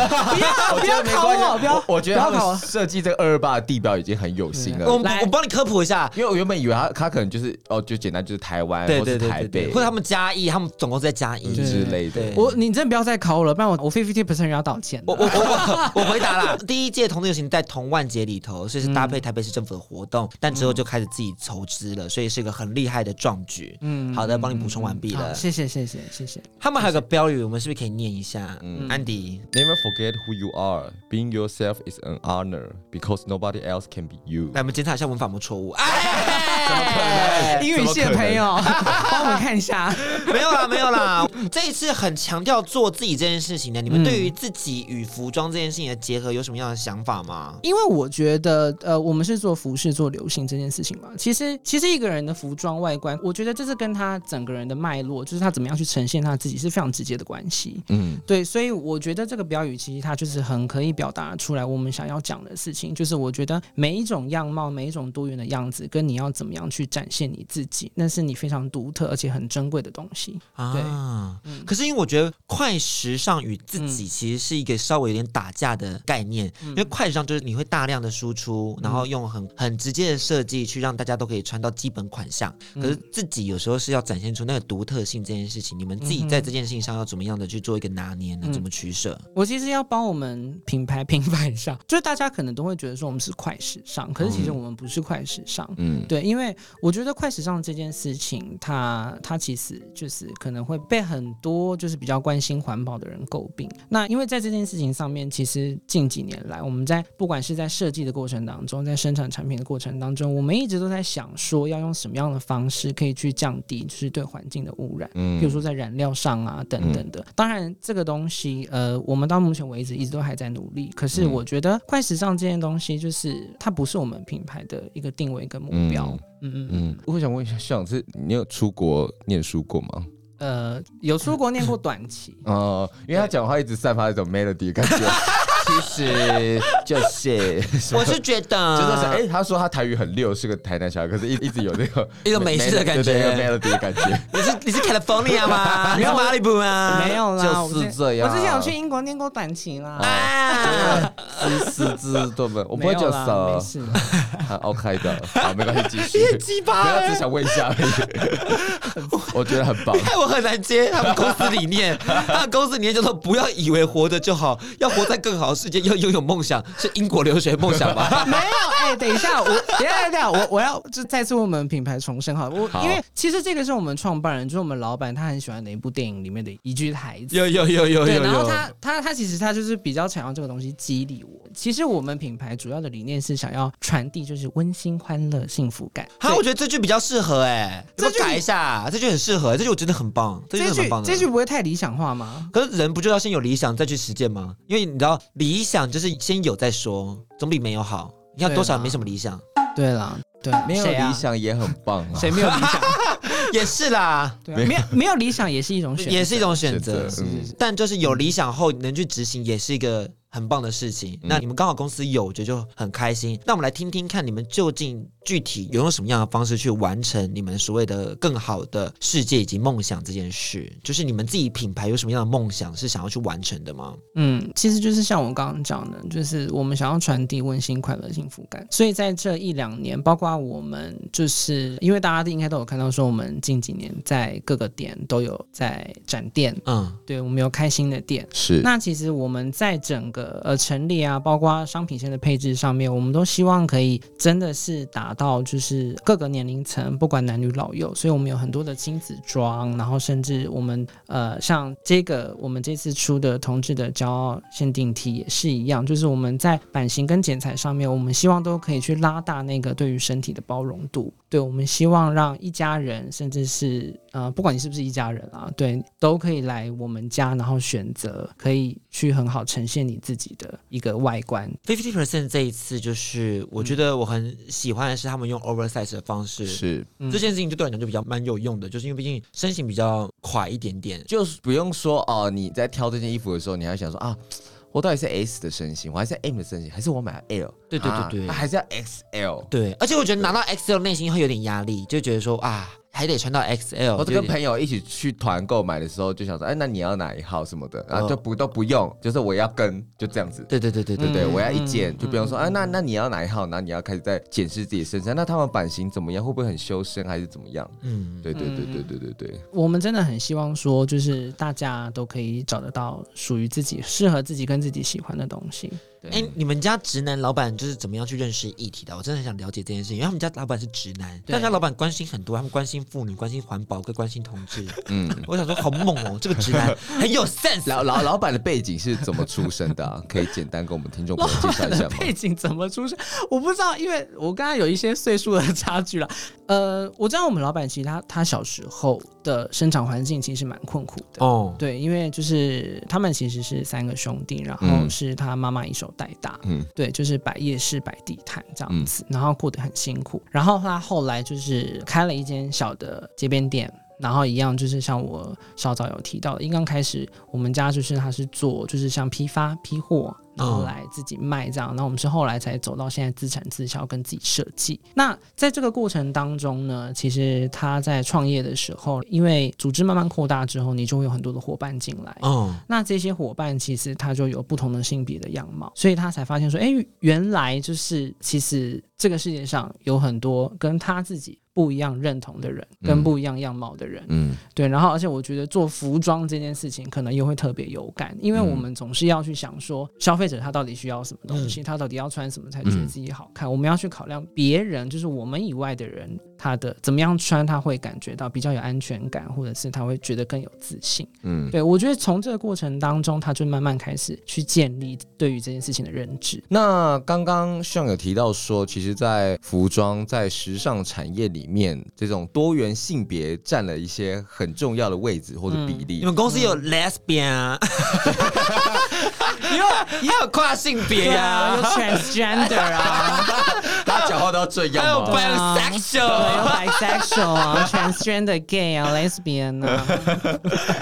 我觉得没关系，不要，我觉得他
不要考嗯
们设计这个二二八的地标已经很有心
我
了。
我帮你科普一下，
因为我原本以为他他可能就是哦，就简单就是台湾
对
或
对
是
对
台
对对，
北嗯
或者他们嘉义，他们总共在嘉义。
对
之类的
对。
我你真的不要再考我了，不然我我 fifty percent 要道歉的。
我我我我我回答啦， 嗯第一届同志游行在同万节里头，所以是搭配台北市政府的活动，但之后就开始自己筹资了，所以是一个很厉害的壮举。嗯，好的，帮你补充完毕
好
了。
谢谢谢谢谢谢。
他们还有个标语，我们是不是可以念一下？嗯，安迪，
Never forget who you are. Being yourself is an honor because nobody else can be you.
来我们检查一下文法有没有错误。哎，
英语系的朋友， 帮我们看一下。
没有啦，没有啦。这一次很强调做自己这件事情呢，你们对于自己与服装这件事情的结合有什么样的想法吗？
因为我觉得，呃，我们是做服饰、做流行这件事情嘛。其实，其实一个人的服装外观，我觉得这是跟他整个人的脉络，就是他怎么样去呈现他自己，是非常直接的关系。
嗯，
对，所以我觉得这个标语其实它就是很可以表达出来我们想要讲的事情，就是我觉得每一种样貌、每一种多元的样子，跟你要怎么样去展现你自己，那是你非常独特而且很珍贵的东西。
啊，可是因为我觉得快时尚与自己其实是一个稍微有点打架的概念，因为快时尚就是你会大量的输出，然后用很很直接的设计去让大家都可以穿到基本款项，可是自己有时候是要展现出那个独特性这件事情，你们自己在这件事情上要怎么样的去做一个拿捏呢？怎么取舍？
我其实要帮我们品牌 平反一下，就是大家可能都会觉得说我们是快时尚，可是其实我们不是快时尚。
嗯
对，因为我觉得快时尚这件事情，它它其实就是可能会被很多就是比较关心环保的人诟病。那因为在这件事情上面，其实近几年来，我们在不管是在设计的过程当中，在生产产品的过程当中，我们一直都在想说要用什么样的方式可以去降低就是对环境的污染。
嗯
比如说在燃料上啊等等的。当然，这个东西呃，我们到目前为止一直都还在努力。可是
嗯
我觉得快时尚这件东西，就是它不是我们品牌的一个定位跟目标。嗯嗯嗯。
嗯，我想问一下，校长是你有出国念书过吗？。
呃，有出国念过短期
哦、因为他讲话一直散发一种 melody 的感觉，其实就是
嗯我是觉得，
就是哎、他说他台语很溜，是个台南小孩，可是一一直有那个
一种美式的感觉
对对一个 melody 的感觉。
你是你是 California 吗？啊你是
啊
马里布吗？
没有啦，
就是
我之
这样啊
我之前有去英国念过短期啦。
啊，
是是是，对不？我不会
没有
讲
啦
啥
没，事 啦。
好 OK 的，好，没关系，继 续。
鸡
没
巴
有，只想问一下而已。 我觉得很棒。
害我很难接他们公司理 念。他们公司理念叫做不要以为活着就好，要活在更好的世界，要拥有梦想，是英国留学梦想 吧？
没有，哎、等一下，我等一下，等一下，我我要就再次为我们品牌重申哈，我
好
因为其实这个是我们创办人，就是我们老板，他很喜欢的一部电影里面的一句台词。
有有有有
对，
哦有
然后
有。
他他他其实他就是比较想要这个东西激励我。其实我们品牌主要的理念是想要传递就是温馨、欢乐、幸福感。
好，我觉得这句比较适合哎、
这
要
句
不要改一下，这句很适合，这句我真的很棒，这句真
这
的
句
很棒的。啊
这句不会太理想化吗？
可是人不就要先有理想再去实践吗？因为你知道，理想就是先有再说，总比没有好。你看多少
对啦啊
人没什么理想，
对啦，对，
没有
谁啊
理，想也很棒啊，
谁没有理想？
也是啦，
对啊，没有没有理想也是一种选择，
也是一种选
择
择。
嗯
但就是有理想后能去执行，也是一个很棒的事情。那你们刚好公司有，我觉得就很开心。那我们来听听看，你们究竟具体有用什么样的方式去完成你们所谓的更好的世界以及梦想这件事？就是你们自己品牌有什么样的梦想是想要去完成的吗？
嗯，其实就是像我刚刚讲的，就是我们想要传递温馨、快乐、幸福感。所以在这一两年，包括我们，就是因为大家应该都有看到，说我们近几年在各个点都有在展店，
嗯，
对我们有开新的店。
是
那其实我们在整个呃成立啊，包括商品线的配置上面，我们都希望可以真的是达到就是各个年龄层，不管男女老幼，所以我们有很多的亲子装，然后甚至我们呃像这个我们这次出的同志的骄傲限定 T 也是一样，就是我们在版型跟剪裁上面，我们希望都可以去拉大那个对于身体的包容度，对我们希望让一家人，甚至是呃不管你是不是一家人啊，对，都可以来我们家，然后选择可以去很好呈现你自己。自己的一个外观。
Fifty percent 这一次就是，我觉得我很喜欢的是他们用 oversize 的方式，
是，
嗯
这件事情就对我来讲就比较蛮有用的，就是因为毕竟身形比较垮一点点，
就是不用说哦，你在挑这件衣服的时候，你还想说啊，我到底是 S 的身形，我还是 M 的身形，还是我买 L？
对对
啊
对对
啊还是要 XL？
对，而且我觉得拿到 XL 内心会有点压力，就觉得说啊，还得穿到 XL，
或
就哦
者
有
跟
点
朋友一起去团购买的时候，就想说，哎，那你要哪一号什么的，
哦
然后就不都不用，就是我要跟，就这样子。
对对对对对
对不对，
嗯
我要一件，
嗯
就不用说，哎，那那你要哪一号？然后你要开始在检视自己身上，那他们版型怎么样？会不会很修身，还是怎么样？
嗯，
对对对
嗯
对对对对，
我们真的很希望说，就是大家都可以找得到属于自己、适合自己跟自己喜欢的东西。
哎、你们家直男老板就是怎么样去认识议题的？我真的很想了解这件事情，因为他们家老板是直男，
对
但他老板关心很多，他们关心妇女，关心环保，跟关心同志。
嗯。
我想说，好猛哦，这个直男很有 sense。
老 老老板的背景是怎么出身的、啊？可以简单跟我们听众朋友介绍一下吗？
背景怎么出身？我不知道，因为我跟他有一些岁数的差距了。呃，我知道我们老板其实他他小时候的生长环境其实蛮困苦的。
哦，
对，因为就是他们其实是三个兄弟，然后
嗯
是他妈妈一手带大，
嗯，
对，就是摆夜市、摆地摊这样子，然后过得很辛苦。然后他后来就是开了一间小的街边店。然后一样就是像我稍早有提到的，一刚开始我们家就是他是做就是像批发批货，然后来自己卖这样。那、我们是后来才走到现在自产自销跟自己设计。那在这个过程当中呢，其实他在创业的时候，因为组织慢慢扩大之后，你就会有很多的伙伴进来。
哦，
那这些伙伴其实他就有不同的性别的样貌，所以他才发现说，哎、原来就是其实这个世界上有很多跟他自己不一样认同的人，
嗯
跟不一样样貌的人，
嗯，
对。然后，而且我觉得做服装这件事情可能又会特别有感，因为
嗯
我们总是要去想说，消费者他到底需要什么东
嗯
西，他到底要穿什么才觉得自己好看，我们要去考量别人，就是我们以外的人，他的怎么样穿他会感觉到比较有安全感，或者是他会觉得更有自信。
嗯。
对，我觉得从这个过程当中，他就慢慢开始去建立对于这件事情的认知。
那刚刚像有提到说，其实，在服装、在时尚产业里面，这种多元性别占了一些很重要的位置或
嗯
者比例。
你们公司有 lesbian 啊？也有也有跨性别啊呀、
啊有 transgender 啊，
他讲话都要这
还有
样吗？
对，有
bisexual。
bisexual 啊，transgender gay 啊，lesbian 啊，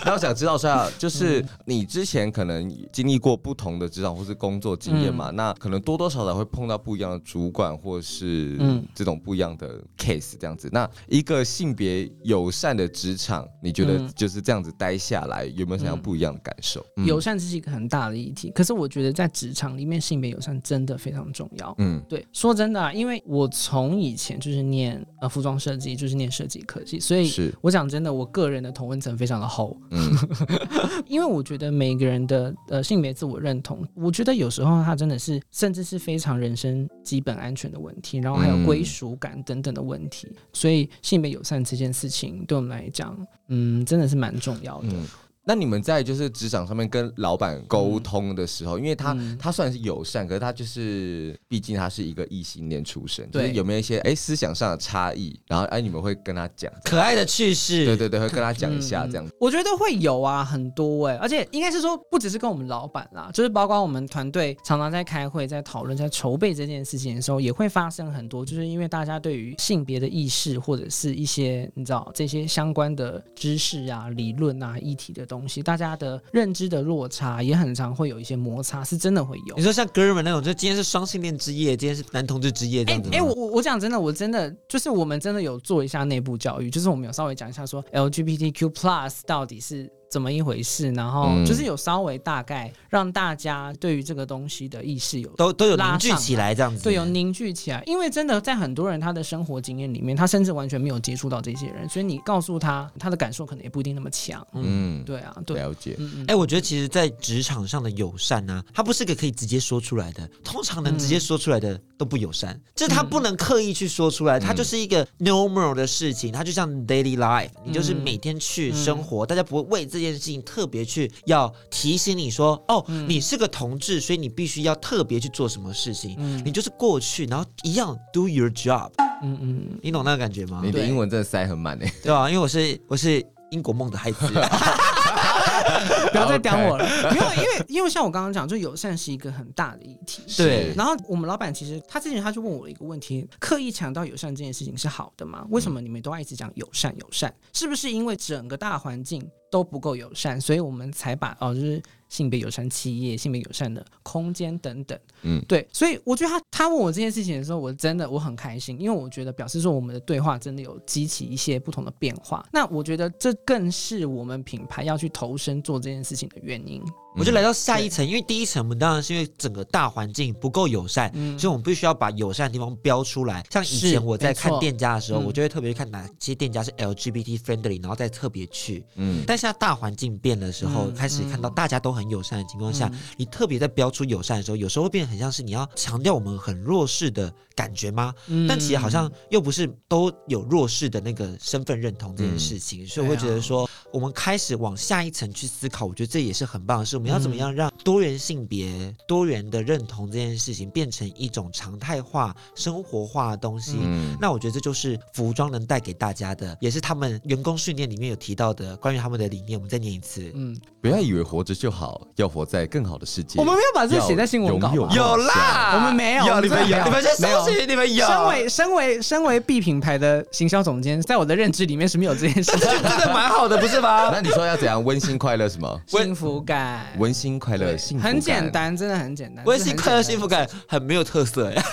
那我想知道一下，就是你之前可能经历过不同的职场或是工作经验
嗯
嘛？那可能多多少少会碰到不一样的主管，或是
嗯
这种不一样的 case 这样子。那一个性别友善的职场，你觉得
嗯
就是这样子待下来，有没有什么样不一样的感受？嗯
友，善这是一个很大的议题。可是我觉得在职场里面，性别友善真的非常重要。
嗯
对，说真的、啊，因为我从以前就是念呃服装设计，就是念设计科技，所以
是
我讲真的，我个人的同温层非常的厚。
嗯
因为我觉得每个人的呃性别自我认同，我觉得有时候他真的是甚至是非常人生基本安全的问题，然后还有
嗯
归属感等等的问题，所以性别友善这件事情对我们来讲，嗯，真的是蛮重要的。
嗯。那你们在就是职场上面跟老板沟通的时候，因为他、
嗯
他虽然是友善，可是他就是毕竟他是一个异性恋出身，就
对
是有没有一些哎、思想上的差异，然后哎、你们会跟他讲。
可爱的趣事，
对对对，会跟他讲一下这样子。
嗯我觉得会有啊，很多哎、而且应该是说，不只是跟我们老板啦，就是包括我们团队常常在开会、在讨论、在筹备这件事情的时候，也会发生很多，就是因为大家对于性别的意识或者是一些你知道这些相关的知识啊、理论啊、议题的东西，大家的认知的落差也很常会有一些摩擦，是真的会有
你。说像哥们那种，就今天是双性恋之夜，今天是男同志之夜这
哎
样子吗。
哎、我我我讲真的，我真的就是我们真的有做一下内部教育，就是我们有稍微讲一下说 LGBTQ plus 到底是怎么一回事，然后
嗯
就是有稍微大概让大家对于这个东西的意识有。
都都有
拉
凝聚
上
起来这样子。
对，有凝聚起来，因为真的在很多人他的生活经验里面，他甚至完全没有接触到这些人，所以你告诉他，他的感受可能也不一定那么强。
嗯，
对啊，对，
了解。
嗯嗯
哎、，我觉得其实，在职场上的友善呢、它不是个可以直接说出来的。通常能直
嗯
接说出来的都不友善，就是他不能刻意去说出来，它就是一个
嗯
normal 的事情，它就像 daily life，你就是每天去
嗯
生活，大家不会为这件事情特别去要提醒你说，哦，
嗯
你是个同志，所以你必须要特别去做什么事情，你就是过去，然后一样 do your job，
嗯嗯，
你懂那个感觉吗啊
你？的
对
欸英文真的塞很满诶，
对吧、因为我是我是英国梦的孩子。
不要再刁我了。 没有，因为因为像我刚刚讲，就友善是一个很大的议题。
对
然后我们老板其实他之前他就问我一个问题：刻意强调友善这件事情是好的吗？为什么你们都爱一直讲友善友善？是不是因为整个大环境都不够友善，所以我们才把哦就是性别友善企业、性别友善的空间等等，
嗯
嗯，对。所以我觉得他他问我这件事情的时候，我真的我很开心，因为我觉得表示说我们的对话真的有激起一些不同的变化。那我觉得这更是我们品牌要去投身做这件事情的原因。
我就来到下一
嗯
层，因为第一层我们当然是因为整个大环境不够友善，所以我们必须要把友善的地方标出来。像以
嗯是
前我在看
没错
店家的时候，
嗯
我就会特别去看哪些店家是 LGBT friendly，然后再特别去。
嗯，
但现在大环境变的时候，
嗯
开始看到大家都很友善的情况下，
嗯
你特别在标出友善的时候，有时候会变得很像是你要强调我们很弱势的感觉吗？
嗯
但其实好像又不是都有弱势的那个身份认同这件事
嗯
情，所以我会觉得
啊
说，我们开始往下一层去思考，我觉得这也是很棒的事。我们要怎么样让多元性别、多元的认同这件事情变成一种常态化、生活化的东西？
嗯
那我觉得这就是服装能带给大家的，也是他们员工训练里面有提到的关于他们的理念。我们再念一次，
嗯，
不要以为活着就好，要活在更好的世界。
我们没有把这个写在新闻稿吧
要拥有啊
有啦，
我们没有
有你们
真的
有，
没
你
有
们去
没有
搜寻，你们有。。
身为身为身为 B 品牌的行销总监，在我的认知里面是没有这件事情
真的蛮好的，不是吗？
那你说要怎样温馨快乐什么？
幸福感，
温馨快乐，
对
幸福感
很简。单，真的很简单。
温馨快乐幸
福。
福感很没有特色
嗯
哎，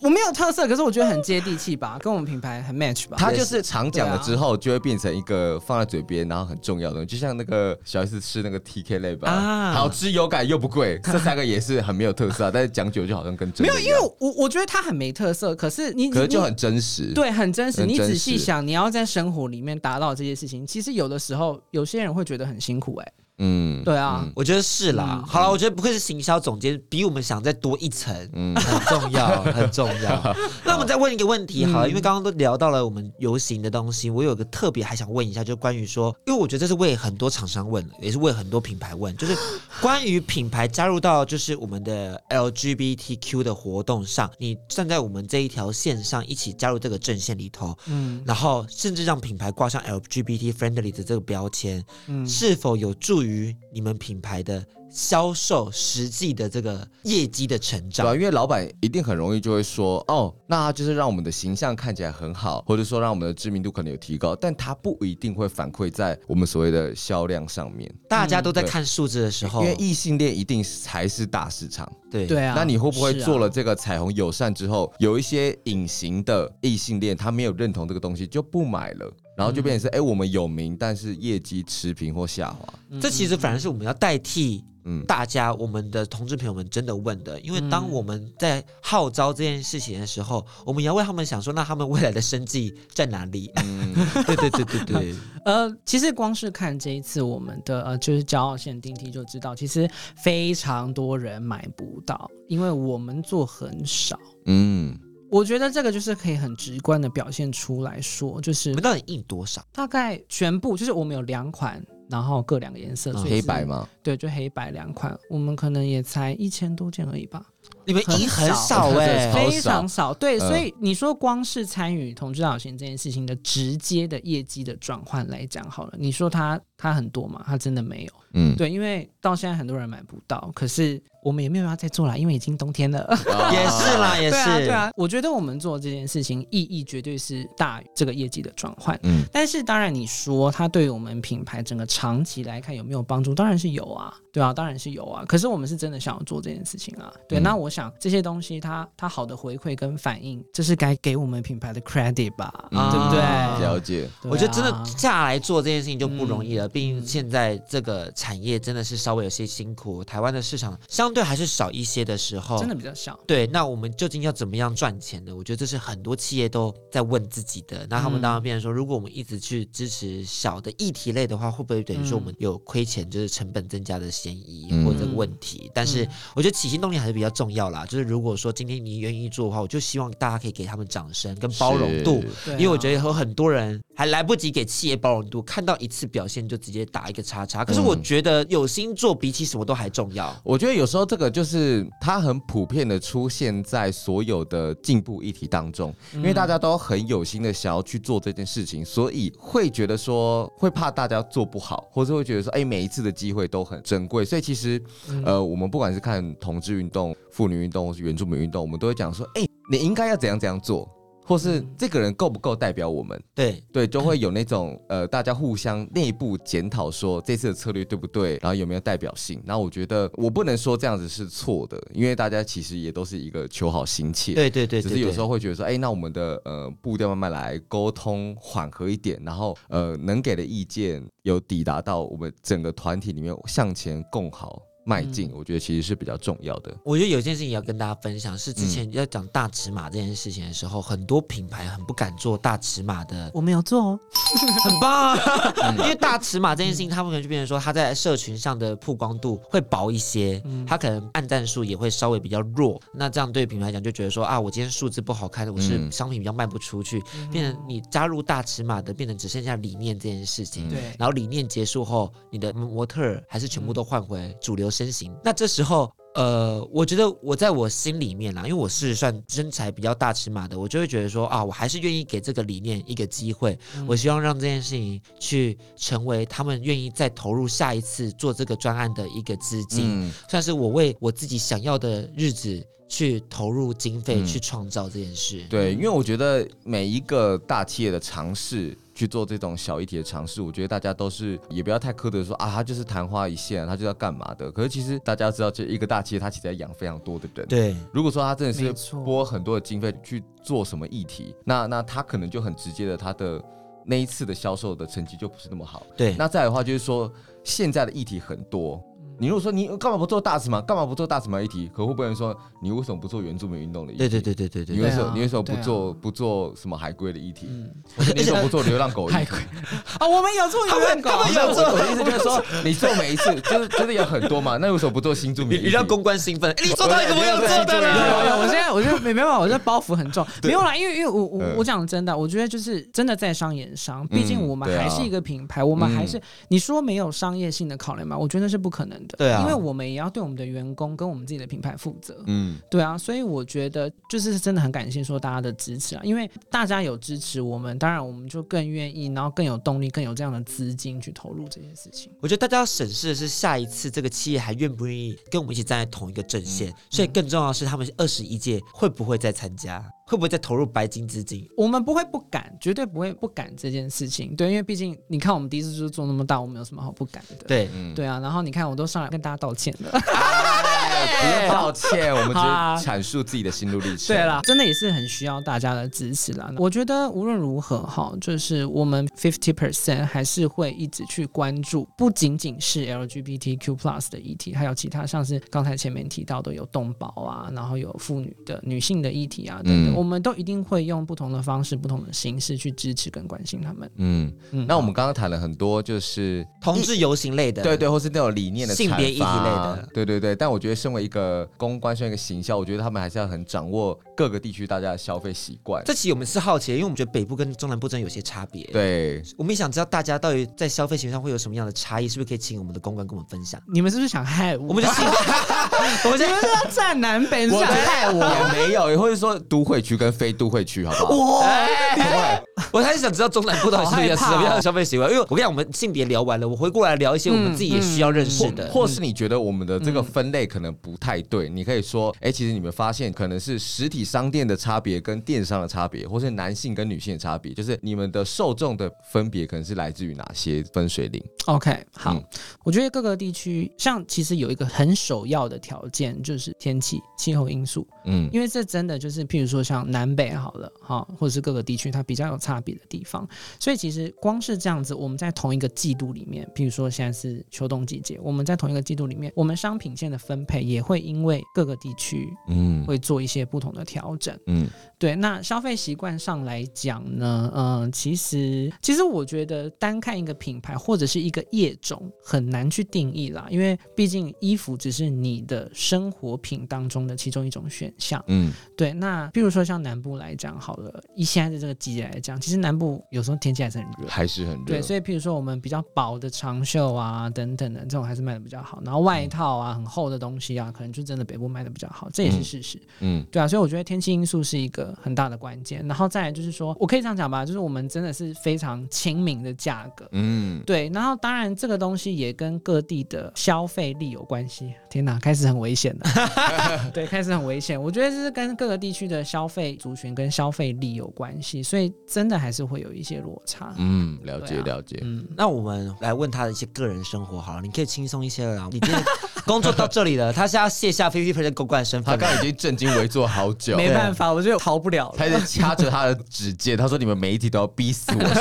我没有特色，可是我觉得很接地气吧，跟我们品牌很 match 吧。
他就是常讲了之后，就会变成一个放在嘴边，然后很重要的东西，就像那个小 S 吃那个 TK 类吧，
啊
好吃有感又不贵，这三个也是很没有特色啊，但是讲久就好像跟真
没有，
的一
因
样
为我我觉得他很没特色，可是你
可是就
你
很真实。，
对，很真实。
很
你
真
仔细
实
想，你要在生活里面达到这些事情，其实有的时候有些人会觉得很辛苦、哎，
嗯，
对啊，
我觉得是啦。好了，我觉得不愧是行销总监，比我们想再多一层，
嗯
很重 要，很重要。嗯那我们再问一个问题好了，因为刚刚都聊到了我们游行的东西，我有个特别还想问一下，就关于说，因为我觉得这是为很多厂商问的，也是为很多品牌问，就是 关于品牌加入到就是我们的 LGBTQ 的活动上，你站在我们这一条线上一起加入这个阵线里头，
嗯
然后甚至让品牌挂上 LGBT friendly 的这个标签，
嗯
是否有助于你们品牌的销售实际的这个业绩的成
对啊，
长？
因为老板一定很容易就会说，哦，那他就是让我们的形象看起来很好，或者说让我们的知名度可能有提高，但他不一定会反馈在我们所谓的销量上面，
大家都在看数字的时候，
因为异性恋一定才是大市场。
对
对啊。
那你会不会
是啊
做了这个彩虹友善之后，有一些隐形的异性恋，他没有认同这个东西就不买了，然后
嗯
就变成是，哎、我们有名，但是业绩持平或下滑。
这其实反而是我们要代替
嗯
大家，我们的同志朋友们真的问的，因为当我们在号召这件事情的时候，我们也要为他们想说，那他们未来的生计在哪里？
嗯
对对对对对，
呃，其实光是看这一次我们的呃，就是骄傲限定梯就知道，其实非常多人买不到，因为我们做很少。
嗯，
我觉得这个就是可以很直观的表现出来说，就是
你们到底印多少？
大概全部就是我们有两款，然后各两个颜色，
嗯
所以
啊黑
是
白，嘛，
对，就黑白两款，我们可能也才一千多件而已吧，
你们印 很
很
少
少
哎、
对好
非常少。对，
嗯
所以你说光是参与同志导行这件事情的直接的业绩的转换来讲好了，你说它它很多嘛？它真的没有。
嗯，
对，因为到现在很多人买不到，可是我们也没有要再做了，因为已经冬天了。
啊
也是啦，也是
对啊，对啊，我觉得我们做这件事情意义绝对是大于这个业绩的转换。
嗯
但是当然，你说它对于我们品牌整个长期来看有没有帮助？当然是有啊，对啊，当然是有啊。可是我们是真的想要做这件事情啊，对。
嗯
那我想这些东西它它好的回馈跟反应，这是该给我们品牌的 credit 吧，
嗯
对不对？
了解。
对啊
我觉得真的下来做这件事情就不容易了，毕竟现在这个产业真的是稍微有些辛苦，台湾的市场相对还是少一些的时候，
真的比较少。
对，那我们究竟要怎么样赚钱呢？我觉得这是很多企业都在问自己的。那他们当
嗯
然变成说，如果我们一直去支持小的议题类的话，会不会等于说我们有亏钱，就是成本增加的嫌疑
嗯
或者问题？但是我觉得起心动念还是比较重重要啦。就是如果说今天你愿意做的话，我就希望大家可以给他们掌声跟包容度
是，
对啊
因为我觉得有很多人还来不及给企业包容度，看到一次表现就直接打一个叉叉。可
嗯
是我觉得有心做比起什么都还重要。
我觉得有时候这个就是它很普遍的出现在所有的进步议题当中，因为大家都很有心的想要去做这件事情，所以会觉得说会怕大家做不好，或是会觉得说哎、每一次的机会都很珍贵，所以其实呃我们不管是看同志运动、妇女运动或是原住民运动，我们都会讲说哎、你应该要怎样怎样做，或是这个人够不够代表我们。
对，
对，就会有那种呃，大家互相内部检讨说这次的策略对不对，然后有没有代表性。那我觉得我不能说这样子是错的，因为大家其实也都是一个求好心切。
对对对对
只是有时
候
候会觉得说，哎、那我们的呃步调慢慢来，沟通缓和一点，然后呃能给的意见有抵达到我们整个团体里面向前共好迈
嗯
进，我觉得其实是比较重要的。
我觉得有件事情要跟大家分享，是之前要讲大尺码这件事情的时候，很多品牌很不敢做大尺码的
我们有做哦，
很棒 啊！因为大尺码这件事情，他们可能就变成说，他在社群上的曝光度会薄一些，
嗯
他可能按赞数也会稍微比较弱。那这样对品牌来讲，就觉得说啊，我今天数字不好看，我是
嗯
商品比较卖不出去，
嗯
变成你加入大尺码的，变成只剩下理念这件事情。
对
然后理念结束后，你的模特儿还是全部都换回主流身形。那这时候。呃，我觉得我在我心里面啦，因为我是算身材比较大尺码的，我就会觉得说啊，我还是愿意给这个理念一个机会，
嗯
我希望让这件事情去成为他们愿意再投入下一次做这个专案的一个资金，
嗯，
算是我为我自己想要的日子去投入经费、
嗯
去创造这件事。
对，因为我觉得每一个大企业的尝试去做这种小议题的尝试，我觉得大家都是也不要太苛责说啊，他就是昙花一现，他就要干嘛的。可是其实大家知道，这一个大企业它其实在养非常多的人。
对
如果说他真的
没
是
错
拨很多的经费去做什么议题，那那他可能就很直接的，他的那一次的销售的成绩就不是那么好。
对
那再来的话就是说，现在的议题很多。
嗯
你如果说你干嘛不做大尺码，干嘛不做大尺码议题？可会不会有人说你为什么不做原住民运动的议题？
对对对对对
你
对
对
为什
啊
么你为什么不
对啊
做不做什么海龟的议题？
嗯
或者你为什么不做流浪狗的议
太
题？
贵啊！我们有做，有们
不是我我的意思就是说，你做每一次就是真的有很多嘛，那为什么不做新住民议题？
官兴奋，你
做到一个我有做的了
有 有，我现在我就没没办法，我这包袱很重，没有啦，因为因为我我
嗯
我讲真的，我觉得就是真的在商言商，毕竟我们
对啊嗯
还是一个品牌，我们还是你说没有商业性的考量嘛，我觉得是不可能的，
对啊
因为我们也要对我们的员工跟我们自己的品牌负责。
嗯，
对啊，所以我觉得就是真的很感谢说大家的支持啊，因为大家有支持我们，当然我们就更愿意，然后更有动力，更有这样的资金去投入这件事情。
我觉得大家要审视的是下一次这个企业还愿不愿意跟我们一起站在同一个阵
嗯
线，所以更重要的是他们二十一届会不会再参加，会不会再投入白金资金？
我们不会不敢，绝对不会不敢这件事情。对，因为毕竟你看我们第一次就是做那么大，我们有什么好不敢的？
对，
嗯
对啊，然后你看我都上来跟大家道歉了。
不用道歉，我们只
好啊
是阐述自己的心路历程。
对啦，真的也是很需要大家的支持啦。我觉得无论如何哈，就是我们 fifty percent 还是会一直去关注，不仅仅是 LGBTQ plus 的议题，还有其他像是刚才前面提到的有动保啊，然后有妇女的女性的议题啊等等，
嗯
我们都一定会用不同的方式、不同的形式去支持跟关心他们。
嗯，
嗯
那我们刚刚谈了很多，就是
同志游行类的，
对对，或是那种理念的
性别议题
阐发
类的
对对对。但我觉得，身为一个公关，身为一个行销，我觉得他们还是要很掌握各个地区大家的消费习惯。
这期我们是好奇的，因为我们觉得北部跟中南部真的有些差别。，
对，
我们也想知道大家到底在消费行为上会有什么样的差异，是不是可以请我们的公关跟我们分 享？
你们是不是想害我？
我们就
我们就是要站南北，
我
想
觉得
害我。
也哦没有，或者说都会区跟非都会区，好 不好？哇，
我还是想知道中南部到底是一个什么样的消费行为，因为我跟你讲，我们性别聊完了，我回过来聊一些我们自己也需要认识的。
或或是你觉得我们的这个分类可能不太对，你可以说，哎、其实你们发现可能是实体商店的差别跟电商的差别，或是男性跟女性的差别，就是你们的受众的分别可能是来自于哪些分水岭？
OK，好，
嗯
我觉得各个地区，像其实有一个很首要的条件就是天气、气候因素，
嗯
因为这真的就是，譬如说像南北好了，哈，或者是各个地区它比较有差别的地方，所以其实光是这样子，我们在同一个季度里面，譬如说现在是秋冬季节，我们在同一个季度里面，我们商品线的分配也会因为各个地区
嗯
会做一些不同的调调整。
嗯，
对，那消费习惯上来讲呢，嗯、其实其实我觉得单看一个品牌或者是一个业种很难去定义啦，因为毕竟衣服只是你的生活品当中的其中一种选项。
嗯，
对，那比如说像南部来讲好了，以现在的这个季节来讲，其实南部有时候天气还是很热。
还是很热。
对，所以譬如说我们比较薄的长袖啊等等的这种还是卖的比较好，然后外套啊很厚的东西啊，可能就真的北部卖的比较好，这也是
嗯
事实。
嗯
对啊，所以我觉得天气因素是一个很大的关键。然后再来就是说，我可以这样讲吧，就是我们真的是非常亲民的价格。
嗯，
对，然后当然这个东西也跟各地的消费力有关系。天哪，开始很危险了。 对，开始很危险。我觉得这是跟各个地区的消费族群跟消费力有关系，所以真的还是会有一些落差。
嗯，了解
对啊
了解。
嗯，
那我们来问他的一些个人生活好了，你可以轻松一些了啦。你今天工作到这里了，他是要卸下 fifty percent 公关身
他
份
刚
吗。
刚已经震惊围坐好 久，
没
对
办法，我就逃不了了。
他在掐着他的指尖，他说：“你们每一题都要逼 死我，是不是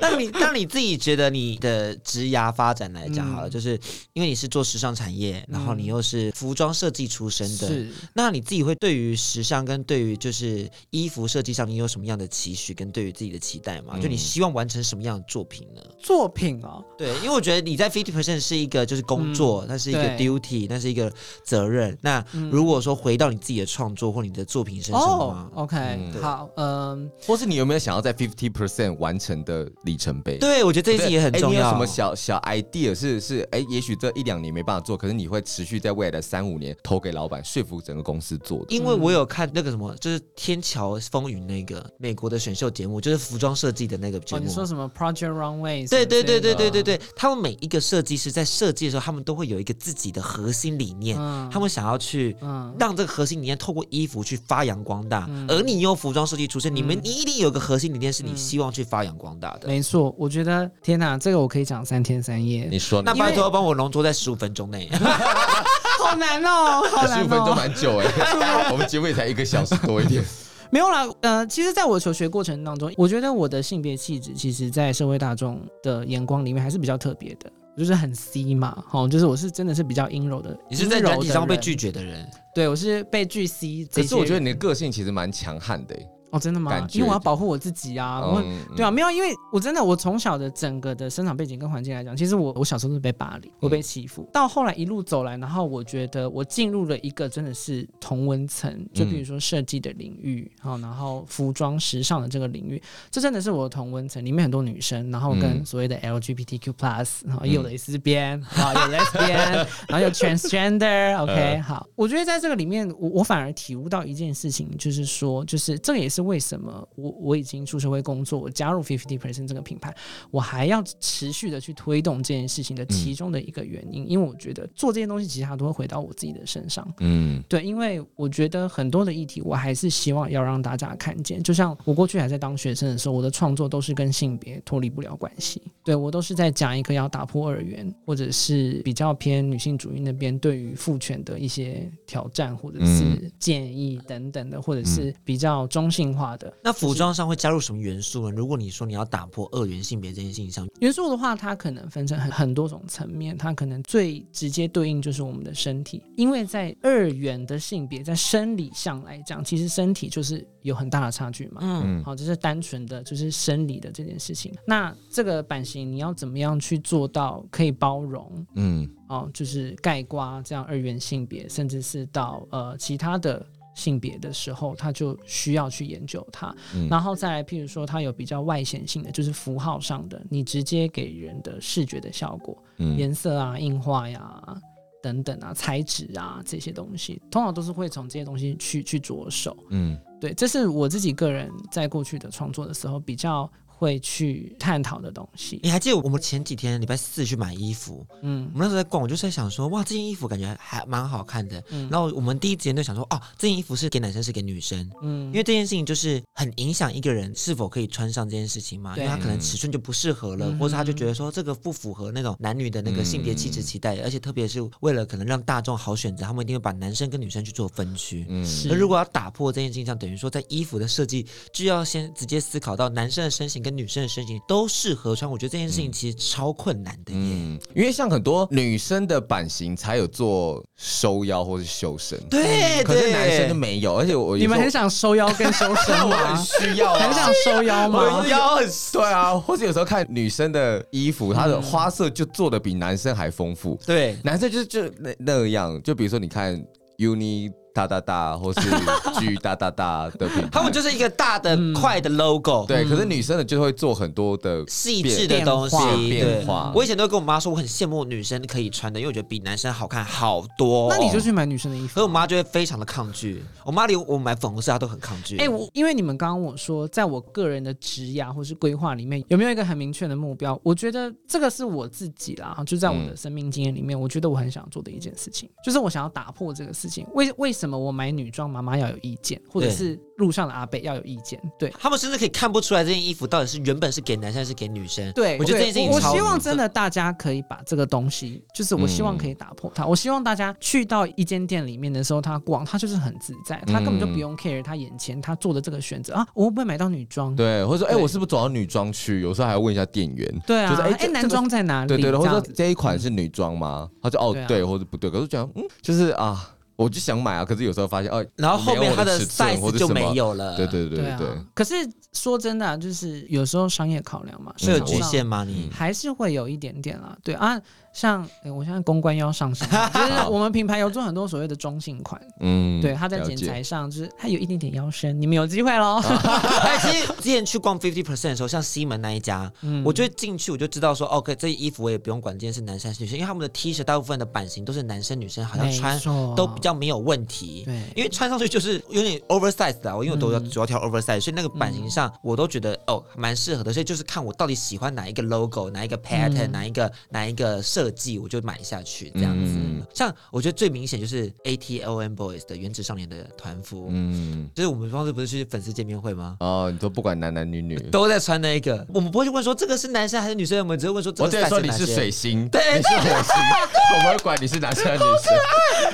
那你那你自己觉得你的职涯发展来讲好了，就是因为你是做时尚产业，然后你又是服装设计出身的，
是。
那你自己会对于时尚跟对于就是衣服设计上，你有什么样的期许跟对于自己的期待吗？就你希望完成什么样的作品呢？
作品哦，
对，因为我觉得你在 fifty percent 是一个就是工作，那是一个
嗯对嗯
duty，那是一个责任。那如果说回到你自己的创作或你的作品身上的
哦
话，
，OK，、
嗯
好，嗯，？”
或是你有没有想要在 fifty percent 完成的里程碑？
对我觉得这
对，
一点也很重
哎你有
要。
什么小小 idea 是是？哎、也许这一两年没办法做，可是你会持续在未来的三五年投给老板，说服整个公司做的。
因为
嗯
我有看那个什么，就是《天桥风云》那个美国的选秀节目，就是服装设计的那个节
哦，
目。
你说什么 Project Runway？
对对对对对对，对，他们每一个设计师在设计的时候，他们都会有一个自己的核心理念，
嗯
他们想要去
嗯，
让这个核心理念透过衣服去发扬光大。而你用服装设计出身，你们你一定有一个核心理念是你希望去发扬光大的。
没错，我觉得天哪，这个我可以讲三天三夜
你，说呢
那？拜托帮我浓缩在十五分钟 内。
好难 哦，好
十五分钟。蛮久哎、我们节目也才一个小时多一点。
没有啦，呃，其实，在我求学过程当中，我觉得我的性别气质，其实，在社会大众的眼光里面，还是比较特别的。我就是很 C 嘛，哦，就是我是真的是比较阴柔的，
你是在软体上被拒
绝？
绝的人，
对，我是被拒 C 这
可
些。
是我觉得你的个性其实蛮强悍的、欸。
哦，真的吗
感？觉
因为我要保护我自己啊，我
嗯
对啊，，没有，因为我真的我从小的整个的生长背景跟环境来讲，其实我我小时候都是被霸凌，我被欺负，到后来一路走来，然后我觉得我进入了一个真的是同温层，就比如说设计的领域，好、然后服装时尚的这个领域，这真的是我的同温层，里面很多女生，然后跟所谓的 LGBTQ plus，然后也有蕾丝边，啊、有 lesbian，然后有 transgender，OK，、好，我觉得在这个里面，我我反而体悟到一件事情，就是说，就是这个也是为什么我我已经出社会工作，我加入 Fifty Percent 这个品牌，我还要持续的去推动这件事情的其中的一个原因，因为我觉得做这些东西其实它都会回到我自己的身上，
嗯
对，因为我觉得很多的议题，我还是希望要让大家看见。就像我过去还在当学生的时候，我的创作都是跟性别脱离不了关系。对我都是在讲一个要打破二元，或者是比较偏女性主义那边对于父权的一些挑战，或者是
嗯
建议等等的，或者是比较中性化的。
那服装上会加入什么元素呢？如果你说你要打破二元性别这件事情上，
元素的话，它可能分成很很多种层面，它可能最直接对应就是我们的身体，因为在二元的性别在生理上来讲，其实身体就是有很大的差距嘛。
嗯，
嗯
好，这是单纯的就是生理的这件事情。那这个版型你要怎么样去做到可以包容
嗯
哦，就是盖瓜这样二元性别，甚至是到呃其他的性别的时候，他就需要去研究它。
嗯
然后再来，譬如说它有比较外显性的，就是符号上的，你直接给人的视觉的效果，
嗯
颜色啊、硬化呀、等等啊、材质啊这些东西，通常都是会从这些东西去去着手。
嗯
对，这是我自己个人在过去的创作的时候比较会去探讨的东西。
你还记得我们前几天礼拜四去买衣服，
嗯
我们那时候在逛，我就是在想说，哇，这件衣服感觉还蛮好看的。
嗯
然后我们第一时间就想说，哦，这件衣服是给男生，是给女生，
嗯
因为这件事情就是很影响一个人是否可以穿上这件事情嘛，因
对
为他可能尺寸就不适合了，
嗯
或者他就觉得说这个不符合那种男女的那个
嗯
性别气质期待，而且特别是为了可能让大众好选择，他们一定会把男生跟女生去做分区。
嗯
是
那如果要打破这件事情上，等于说在衣服的设计就要先直接思考到男生的身形跟女生的身形都适合穿，我觉得这件事情其实超困难的耶。
嗯，因为像很多女生的版型才有做收腰或是修身，
对，
可是
对
男生就没有，而且我
你们很
想
想收腰跟收身
很
吗？
需要、啊，
很想收腰
我
吗
的？腰很对啊，或者有时候看女生的衣服，她的花色就做的比男生还丰富，
对
男生就是就那那样，就比如说你看 Uni 大大大或是 G 大大大的品 牌，
他们就是嗯一个大的、
嗯
快的 logo，
对，可是女生的就会做很多的
细
变
致的东西。
变
对
变化
我以前都跟我妈说，我很羡慕女生可以穿的，因为我觉得比男生好看好多。
那你就去买女生的衣
所以
服
我。妈就会非常的抗拒。我妈连我买粉红色她都很抗拒。
哎、我因为你们刚刚我说，在我个人的职涯或是规划里面，有没有一个很明确的目标？我觉得这个是我自己啦，就在我的生命经验里面，我觉得我很想做的一件事情，就是我想要打破这个事情。为为什么我买女装，妈妈要有意见，或者
对
是路上的阿伯要有意见？对，
他们甚至可以看不出来这件衣服到底是原本是给男生还是给女生。
对，
我觉得这
对
件事情
我
超
希望真的大家可以把这个东西，就是我希望可以
嗯
打破它。我希望大家去到一间店里面的时候，他逛，他就是很自在，他根本
嗯
就不用 care 他眼前他做的这个选择啊，我会不会买到女装？
对，或者说哎、
对
我是不是走到女装区？有时候还要问一下店员，
对啊，
就是哎
哎、
这
男装在哪里？
对对对，或
这
者
样
说
子
这一款是女装吗？他就哦
对啊
对，或者不对，可是讲嗯，就是啊，我就想买啊，可是有时候发现哦，
然后后面它
没有我的尺寸或
size
者
就
什么
没有了。
对对对对
啊
对，
可是说真的啊、就是有时候商业考量嘛，
是有
市场
局
上
限吗？你
嗯
还是会有一点点啦，对啊，像、诶我现在公关要上升了，就是我们品牌有做很多所谓的中性款，
嗯，
对，它在
了
剪
解啊
裁上就是它有一点点腰身，你们有机会喽。
哎，其实之前去逛 Fifty Percent 的时候，像西门那一家，
嗯
我就进去我就知道说，OK，这哦衣服我也不用管今天是男生还是女生，因为他们的 T 恤大部分的版型都是男生女生，好像穿
没错
都比较哎没有问题。
对嗯
因为穿上去就是有点 oversize 的啊，我因为我都要主要挑 oversize，所以那个版型上我都觉得哦蛮适合的，所以就是看我到底喜欢哪一个 logo，哪一个
嗯
pattern，哪一个哪一个设计，我就买下去这样子
嗯。
像我觉得最明显就是 ATLN Boys 的原子少年的团服，
嗯，
就是我们当时不是去粉丝见面会吗？
哦，你说不管男男女女，
都在穿那一个，我们不会去问说这个是男生还是女生，我们只会问说这
我
个
只
size 是
能说你是
哪些
水，星，
对
你是火星，我不会管你是男生还是女生。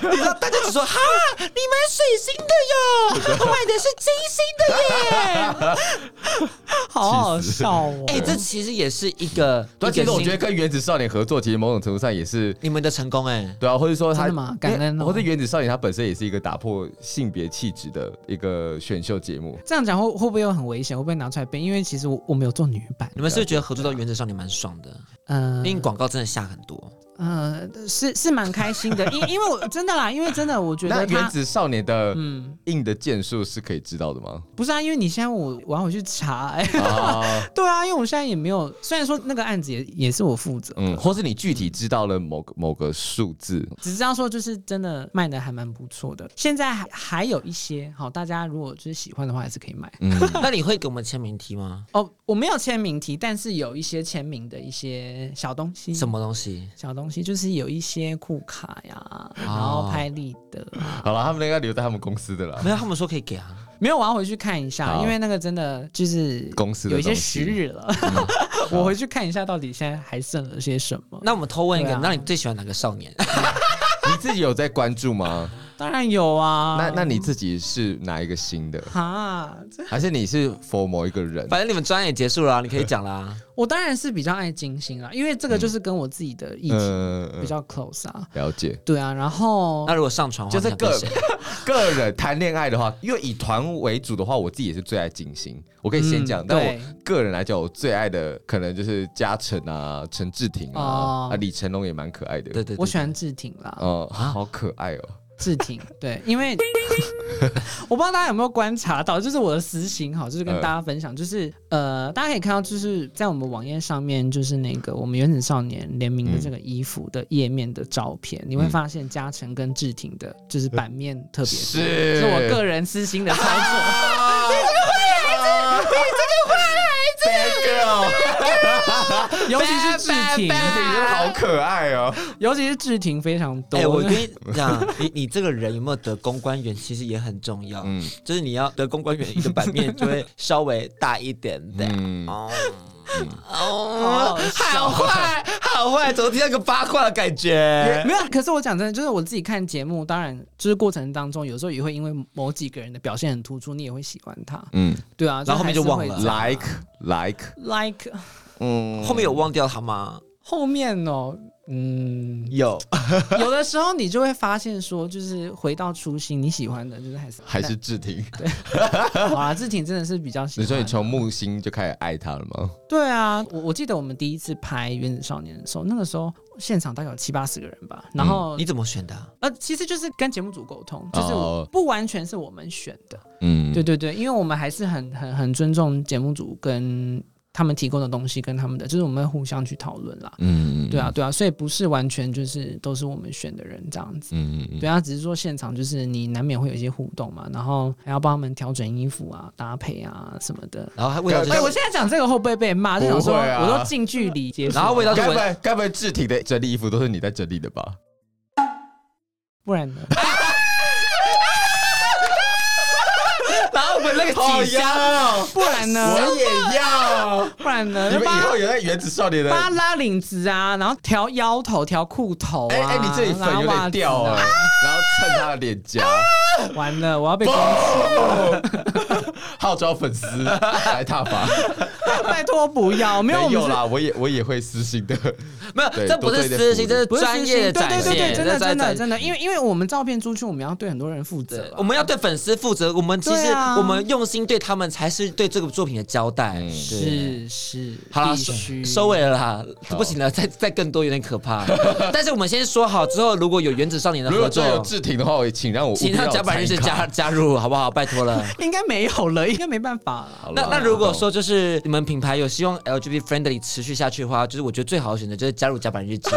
你知道大家只说哈，你买水星的 哟，我买的是金星的耶。
好好笑 哦！
哎、这其实也是一个，
对，
一个
其实我
新
觉得跟原子少年合作，其实某种程度上也是。
你们的成功哎、
对啊，或者说他
真的吗感恩哦
因为或者原子少年他本身也是一个打破性别气质的一个选秀节目，
这样讲会会不会又很危险？会不会拿出来背？因为其实我我们有做女版，
你们是不是觉得合作到原则上你蛮爽的？
嗯
因为广告真的下很多，
呃是是蛮开心的，因 因为我真的啦，因为真的我觉
那
得
原
他
子少年的
嗯
硬的剑术是可以知道的吗？
不是啊，因为你现在我我要回去查哎、
哦
啊，
对啊，因为我现在也没有，虽然说那个案子也也是我负责，
嗯，或是你具体知道了某个某个数字，
只知道说就是真的卖的还蛮不错的，现在还还有一些好，大家如果就是喜欢的话还是可以买。
嗯，
那你会给我们签名 T 吗？
哦，我没有签名题，但是有一些签名的一些小东西，
什么东西？
小东西，就是有一些库卡
啊
呀，然后拍立得啊、
好了，他们应该留在他们公司 的了
没。有，他们说可以给啊。
没有，我要回去看一下，
好
因为那个真的就是
公司的
有一些
东西
时
嗯
日了， 我回去看一下到底现在还剩了些什么。
那我们偷问一个，
对啊
那你最喜欢哪个少年？
你自己有在关注吗？
当然有啊，
那那你自己是哪一个新的？
哈，这
还是你是 for 某一个人？
反正你们专业也结束了啊、你可以讲啦、
我当然是比较爱金星啦，因为这个就是跟我自己的议题
嗯，嗯
比较哦 close 啊。
了解。
对啊，然后
那如果上床的
就
话，
是
你想跟
个
谁
个人谈恋爱的话，因为以团为主的话，我自己也是最爱金星。我可以先讲，
嗯
但
对
我个人来讲，我最爱的可能就是嘉诚啊、陈志廷啊、
哦啊
啊李成龙也蛮可爱的。
对对对，
我喜欢志挺啦，
哦，好可爱哦。
志挺，对，因为我不知道大家有没有观察到，就是我的私行好，就是跟
嗯
大家分享，就是呃，大家可以看到，就是在我们网页上面，就是那个我们原子少年联名的
嗯
这个衣服的页面的照片，你会发现嘉诚跟志挺的，就是版面特别多，
是
是我个人私心的操作。
Bad girl，
尤其是志挺，
你真的 好可爱哦。
尤其是志挺非常多。
哎、 我跟你讲，你你这个人有没有得公关员，其实也很重要。
嗯
就是你要得公关员，你的版面就会稍微大一点点。
嗯，
哦，哦，好
好
坏，好坏，昨天那个八卦的感觉。
没有，可是我讲真的，就是我自己看节目，当然就是过程当中，有时候也会因为某几个人的表现很突出，你也会喜欢他，
嗯
对啊，
然后后面就忘了
，like like，
like
嗯，
后面有忘掉他吗？
后面哦，嗯，
有，
有的时候你就会发现说，就是回到初心，你喜欢的就是还是
还是志婷。
好啦，志挺真的是比较喜欢。
你说你从木星就开始爱他了吗？
对啊，我我记得我们第一次拍《原子少年》的时候，那个时候现场大概有七八十个人吧，然后、
你怎么选的啊？
呃，其实就是跟节目组沟通，就是
哦
我不完全是我们选的，
嗯，
对对对，因为我们还是很很很尊重节目组跟他们提供的东西跟他们的，就是我们会互相去讨论啦。
嗯，嗯
对啊，，对啊，所以不是完全就是都是我们选的人这样子。
嗯嗯
对啊，只是说现场就是你难免会有一些互动嘛，然后还要帮他们调整衣服啊、搭配啊什么的。
然后还为了
对
这
哎、我
些，
现在讲这个会不会被骂？就想说、
不会啊
我都近距离接触，
然后味道
嗯，
就
该不
闻
会该不会志婷的整理衣服都是你在整理的吧？
不 然呢？
然后闻那个
哦
体香，
要，
不然呢？
我也要。
不然呢？
你们以
帮
后有在原子少年的
帮他拉领子啊，然后调腰头、调裤头啊。
哎哎，你这里粉有点掉
啊
哎，然后蹭他的脸颊，
完了，我要被攻
号召粉丝来踏伐。
拜托不要，没有我
没
们
有
是
啦，我也我也会私信的。
没有，
对
这不
多
是
做一
私
点
心，
服务
这是
不是
专业的
私
展
心对
现，
对对对，真的
这是
真的
展
真的，因为因为我们照片出去，我们要对很多人负责
对
啊，
我们要对粉丝负责，我们其实
对啊
我们用心对他们才是对这个作品的交代。
嗯
对，
是是
好啦，
必须
收收尾了啦，
好
不行了，再再更多有点可 怕。但是我们先说好，之后如果有原子少年的
如
合
果真的
作
有，志婷的话，我也请让我
请让甲板日志加加入，好不好？拜托了。
应该没有了，应该没办法了。
好啦
那那如果说就是你们品牌有希望 LGBT friendly 持续下去的话，就是我觉得最好的选择就是加入甲板 日志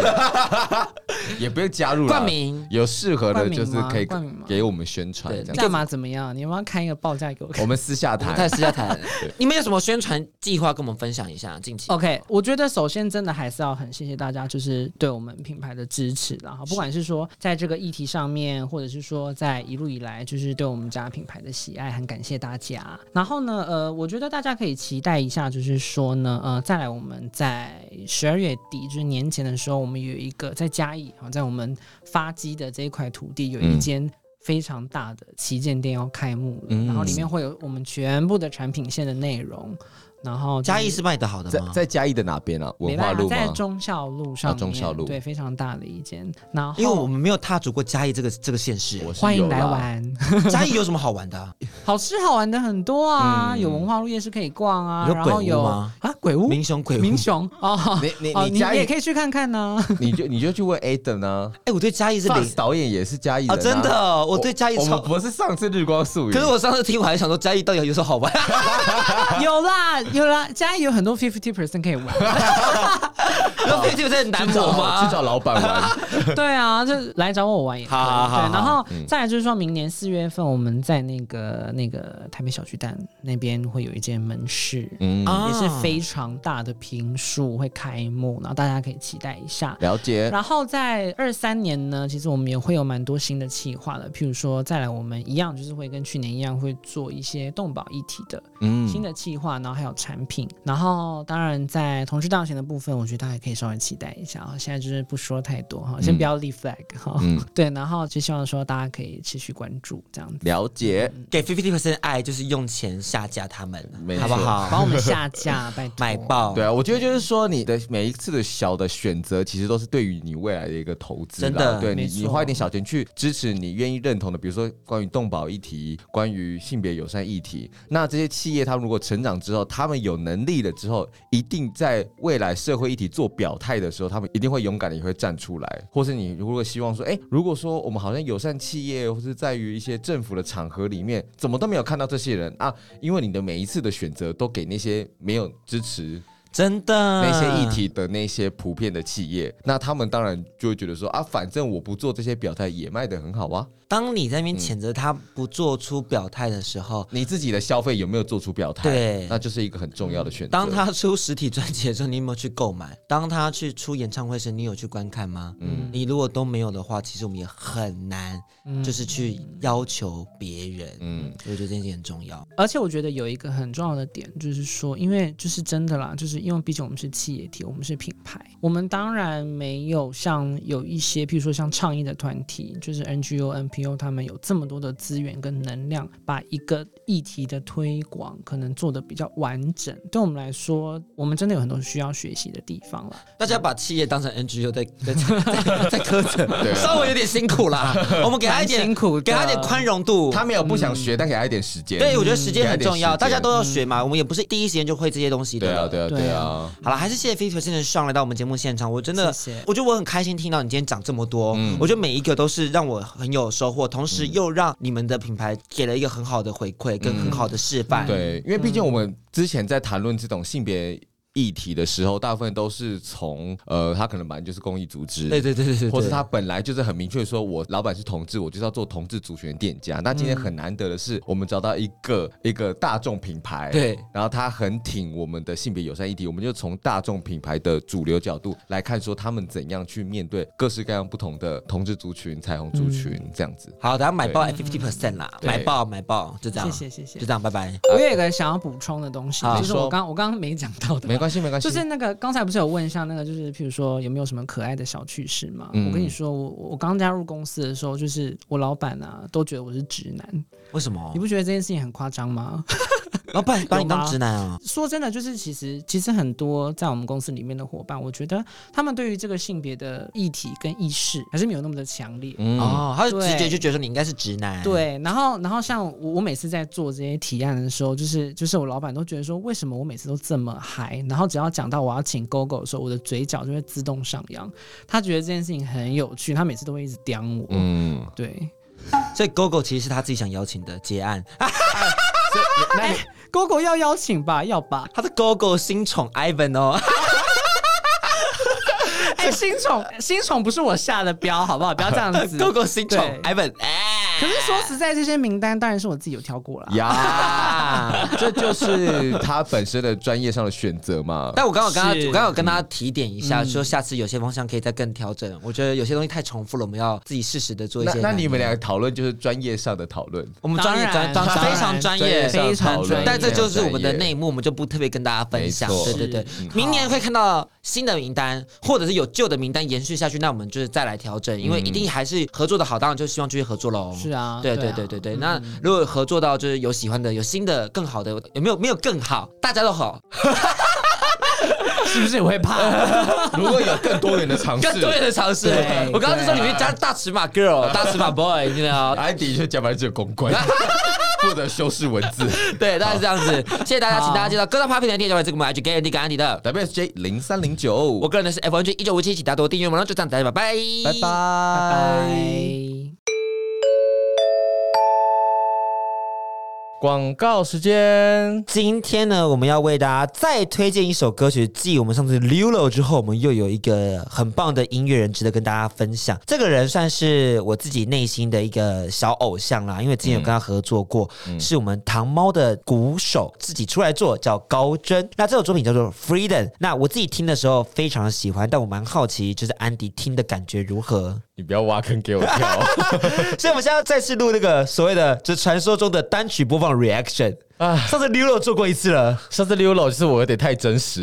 也不用加入啦
冠，名。
有适合的就是可以
冠名吗
给我们宣传
对
这样。
干嘛怎么样？你要不要开一个报价给我看
我？们私下谈
太私下谈，你们有什么宣传计划跟我们分享一下？近期
OK，我觉得首先真的还是要很谢谢大家，就是对我们品牌的支持啦，然后不管是说在这个议题上面，或者是说在一路以来就是对我们家品牌的喜爱，很感谢大家。然后呢，呃，我觉得大家可以期待一下，就是说呢，呃，再来我们在十二月底，就是年前的时候，我们有一个在嘉义，好在我们发基的这一块土地有一
嗯
间。非常大的旗舰店要开幕了，
嗯
然后里面会有我们全部的产品线的内容，然后就是
嘉义是卖的好的
在
吗？
在嘉义的哪边啊？
没
文化
办法，
路
在
吗？
忠孝路上
啊
哦
面，
忠孝路
对，非常大的一间。然后，
因为我们没有踏足过嘉义这个这个县市，
我是
欢迎
有啦
来。玩，
嘉义有什么好玩的啊？
好吃好玩的很多啊，
嗯
有文化路夜市可以逛啊，
有
然
鬼
后
屋
有
吗
啊鬼屋、
民雄鬼屋。
民雄 哦，
你你
哦
你嘉
也
义，
可以去看看呢、
你就你就去问 Adam 啊
哎、我对嘉义是零
，Fox 导演也是嘉义
啊，
人
真的哦，我对嘉义
我
超
们。不是上次日光素云，
可是我上次听，我还想说嘉义到底有什么 好玩？
有啦有啦，嘉义有很多 fifty percent 可以 玩。
然后飞机在南模
去找
吗
去？找老板玩，
对啊，就来找我玩也可以。
好好好嗯
对，然
好
后再来就是说明年四月份，我们在那个那个台北小巨蛋那边会有一间门市。
嗯，
啊
也是非常大的平数会开幕，然后大家可以期待一下。
了解，
然后在二三年呢，其实我们也会有蛮多新的企划的，譬如说再来我们一样就是会跟去年一样会做一些动保议题的
嗯
新的企划，然后还有产品，然后当然在同志大选的部分，我觉得大家可以稍微期待一下啊。现在就是不说太多
嗯
哈，先不要立 flag 哈。
嗯
对，然后就希望说大家可以持续关注这样子，
了解，
给 fifty percent 爱就是用钱下架他们，
没
好不
错
帮
好？
我们下架，拜托。
啊 买爆！
对啊，我觉得就是说，你的每一次的小的选择，其实都是对于你未来的一个投资啦。
真的
对你，
没错
你花一点小钱去支持你愿意认同的，比如说关于动保议题、关于性别友善议题。那这些企业，他们如果成长之后，他们有能力了之后，一定在未来社会议题做表态的时候，他们一定会勇敢的也会站出来。或是你如果希望说，哎，如果说我们好像友善企业，或是在于一些政府的场合里面，怎么都没有看到这些人啊？因为你的每一次的选择都给那些没有支持
真的
那些议题的那些普遍的企业，那他们当然就会觉得说啊，反正我不做这些表态也卖得很好啊。
当你在那边谴责他不做出表态的时候，
你自己的消费有没有做出表态？
对
那就是一个很重要的选择。
当他出实体专辑的时候，你有没有去购买？当他去出演唱会时，你有去观看吗？嗯，你如果都没有的话，其实我们也很难，
嗯
就是去要求别人。嗯
嗯，
我觉得这件事情很重要。
而且我觉得有一个很重要的点，就是说，因为就是真的啦，就是因为毕竟我们是企业体，我们是品牌，我们当然没有像有一些，譬如说像倡议的团体，就是 NGO、NPO，他们有这么多的资源跟能量，把一个议题的推广可能做的比较完整。对我们来说，我们真的有很多需要学习的地方了。
大家把企业当成 NGO 在 在在在苛
对
责，
啊
稍微有点辛苦 啦。我们给他一
蛮辛
点，
苦的，
给他一点宽容度。
他没有不想学，但给他一点时间。
对，我觉得时间很重要，
给他
大
一点时间
家都要学嘛。我们也不是第一时间就会这些东西的。
对啊，对啊，
对啊
对啊。
好了，还是谢谢 Fifty 真的上来到我们节目现场，我真的。
谢谢
我觉得我很开心听到你今天讲这么多，
嗯
我觉得每一个都是让我很有收获，同时又让你们的品牌给了一个很好的回馈跟很好的示范。
嗯对，因为毕竟我们之前在谈论这种性别议题的时候，大部分都是从呃，他可能本来就是公益组织，
对对对对对，
或是他本来就是很明确说，我老板是同志，我就是要做同志族群的店家。那今天很难得的是，我们找到一个一个大众品牌，
对
然后他很挺我们的性别友善议题，我们就从大众品牌的主流角度来看，说他们怎样去面对各式各样不同的同志族群、彩虹族群、这样子。
好，等下买爆 fifty percent 啦，
对
买爆买爆，就这样，
谢谢谢谢
就这样，拜拜。
我有一个想要补充的东西
好，
就是
你
我
说
刚我刚刚没讲到的，
没关系，没关系，
就是那个刚才不是有问一下那个，就是譬如说有没有什么可爱的小趣事嘛？
嗯
我跟你说，我我刚加入公司的时候，就是我老板啊都觉得我是直男，
为什么
你？不觉得这件事情很夸张吗？
老板把你当直男啊？
说真的，就是其实其实很多在我们公司里面的伙伴，我觉得他们对于这个性别的议题跟意识还是没有那么的强烈。
嗯
哦，他就直觉
对
就觉得说你应该是直男。，
对，然后，然后像我，我每次在做这些提案的时候，就是就是我老板都觉得说，为什么我每次都这么嗨？然后只要讲到我要请 GoGo 的时候，我的嘴角就会自动上扬。他觉得这件事情很有趣，他每次都会一直刁我。
嗯，
对
所以 GoGo 其实是他自己想邀请的结案，啊
哎
那你
，GoGo 要邀请吧，要吧。
他的 GoGo 新宠 Ivan 哦，
哎，新宠，新宠不是我下的标，好不好？不要这样 子。
GoGo 新宠
对
Ivan，哎，
可是说实在，这些名单当然是我自己有挑过
啊
啦。
啊
呀，这就是他本身的专业上的选择嘛。
但我刚好跟他，
是嗯
我刚好跟他提点一下，说下次有些方向可以再更调整。我觉得有些东西太重复了，我们要自己适时的做一
那
些。
那你们两个，讨论就是专业上的讨论，
我们专业
当
专
然
专
当然
非常专
专
业
业，
非
讨
常
论
专业。
但这就是我们的
专 业
内幕，我们就不特别跟大家分享。
没
对
错
对对
是，
明年会看到新的名单，或者是有旧的名单延续下去，那我们就是再来调整，因为一定还是合作的好，当然就希望继续合作喽。
是啊
对对
对啊
对对对。那如果合作到就是有喜欢的、有新的、更好的，有没有没有更好？大家都好，
是不是我会怕？
如果有更多元的尝试，
更多元的尝试
对。
我刚刚就说里面加大尺码 girl、大尺码 boy，你知 道。
安迪是加班这个 公关，负责修饰文字。
对，大概是这样子。谢谢大家，
好
请大家记得各大 Papi 的店就来这个我们 IG 给 Andy 跟 Andy 的。
WSJ 零三零九，
我个人的是 F N G 一九五七，请大家多订阅我们，那就这样，大家拜拜，
拜拜
哎
拜。
拜。
广告时间，
今天呢，我们要为大家再推荐一首歌曲。继我们上次 Lulu 之后，我们又有一个很棒的音乐人值得跟大家分享。这个人算是我自己内心的一个小偶像啦，因为之前有跟他合作过，是我们糖猫的鼓手自己出来做，叫高真。那这首作品叫做《Freedom》。那我自己听的时候非常喜欢，但我蛮好奇，就是安迪听的感觉如何？
你不要挖坑给我 跳。
所以我们现在要再次录那个所谓的，就是传说中的单曲播放 reaction。啊，上次 Lulu 做过一次了。
上次 Lulu 就是我有点太真 实，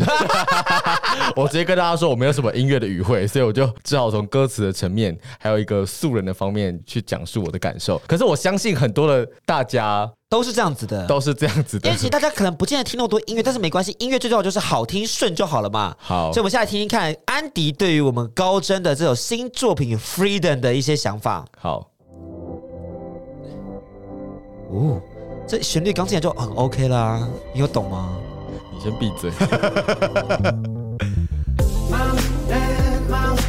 我直接跟大家说我没有什么音乐的语汇，所以我就只好从歌词的层面，还有一个素人的方面去讲述我的感受。可是我相信很多的大家
都是这样子的。
都是这样子
因
的
为。其实大家可能不见得听那么多音乐，但是没关系，音乐最重要就是好听顺就好了嘛。
好
所以我们现在听听看安迪对于我们高真的这首新作品《Freedom》的一些想法。
好，
哦，这旋律刚进来就很 OK 啦，你有懂吗？
你先闭嘴。
Mountain miles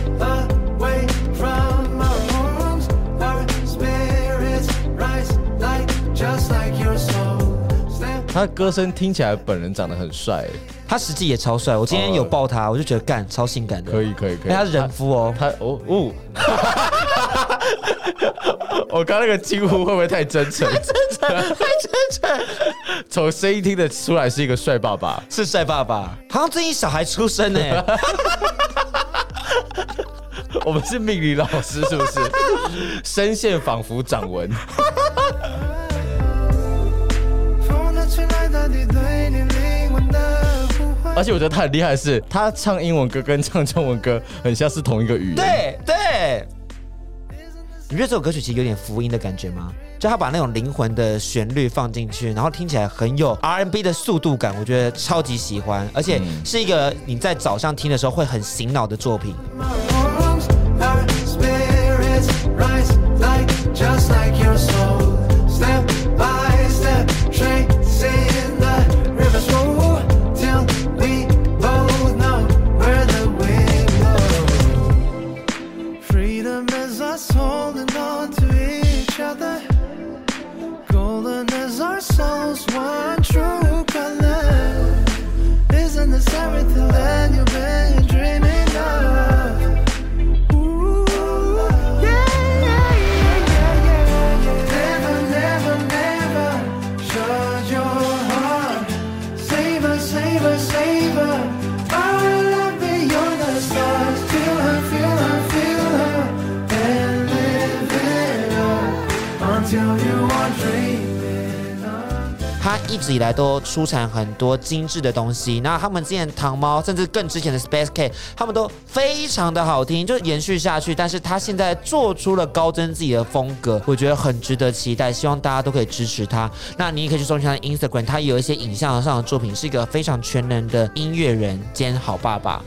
away from our homes, our spirits rise like just like your soul. Step
他的歌声听起来本人长得很帅，
他实际也超帅，我今天有抱他，我就觉得干超性感的。
可以可以可以。
哎，他是人夫哦，
他哦哦， 我刚那个惊呼会不会太真诚？太真诚， 太真诚。从声音听得出来是一个帅爸爸。
是帅爸爸，好像最近小孩出生呢、
我们是命理老师 是不是？声线仿佛掌纹。
风它吹来到你对你灵魂的呼唤，
而且我觉得他很厉害的是，他唱英文歌跟唱中文歌很像是同一个语言。，
对对。你不觉得这首歌曲其实有点福音的感觉吗？就他把那种灵魂的旋律放进去，然后听起来很有 R&B 的速度感，我觉得超级喜欢，而且是一个你在早上听的时候会很醒脑的作品。
Morons, Our spirits rise like just like your soul. Step by step, tracing the river's flow till we both know where the wind blows. Freedom is us holding on to each other. Golden is our soul's one true color. Isn't this everything that you've been dreaming of? Ooh, yeah, yeah, yeah, yeah, yeah, yeah. Never, never, never shut your heart. Savor, savor, savor. Our love beyond the stars. Feel her, feel her, feel her, and live it up until you are dreaming of.
他一直以来都出产很多精致的东西，那他们之前糖猫，甚至更之前的 Space K，他们都非常的好听，就延续下去。但是他现在做出了高真自己的风格，我觉得很值得期待，希望大家都可以支持他。那你也可以去搜寻他的 Instagram，他有一些影像上的作品，是一个非常全能的音乐人兼好爸爸。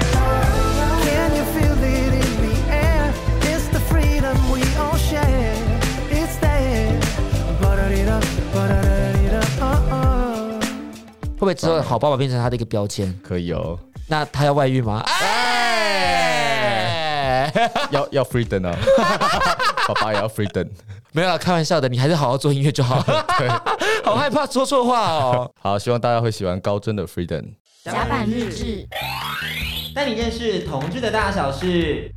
Can you feel it in the air? It's the freedom we all share. It's there. Ba-da-dee-da, ba-da-da-dee-da, oh, oh.
会不会之后好爸爸变成他的一个标签？
可以哦，
那他要外遇吗？啊哎，
要要 freedom 啊，爸爸也要 freedom。
没有啦，开玩笑的，你还是好好做音乐就好。 好害怕说错话哦。
好，希望大家会喜欢高真的 freedom。
甲板日志。
带你认识同志的大小事。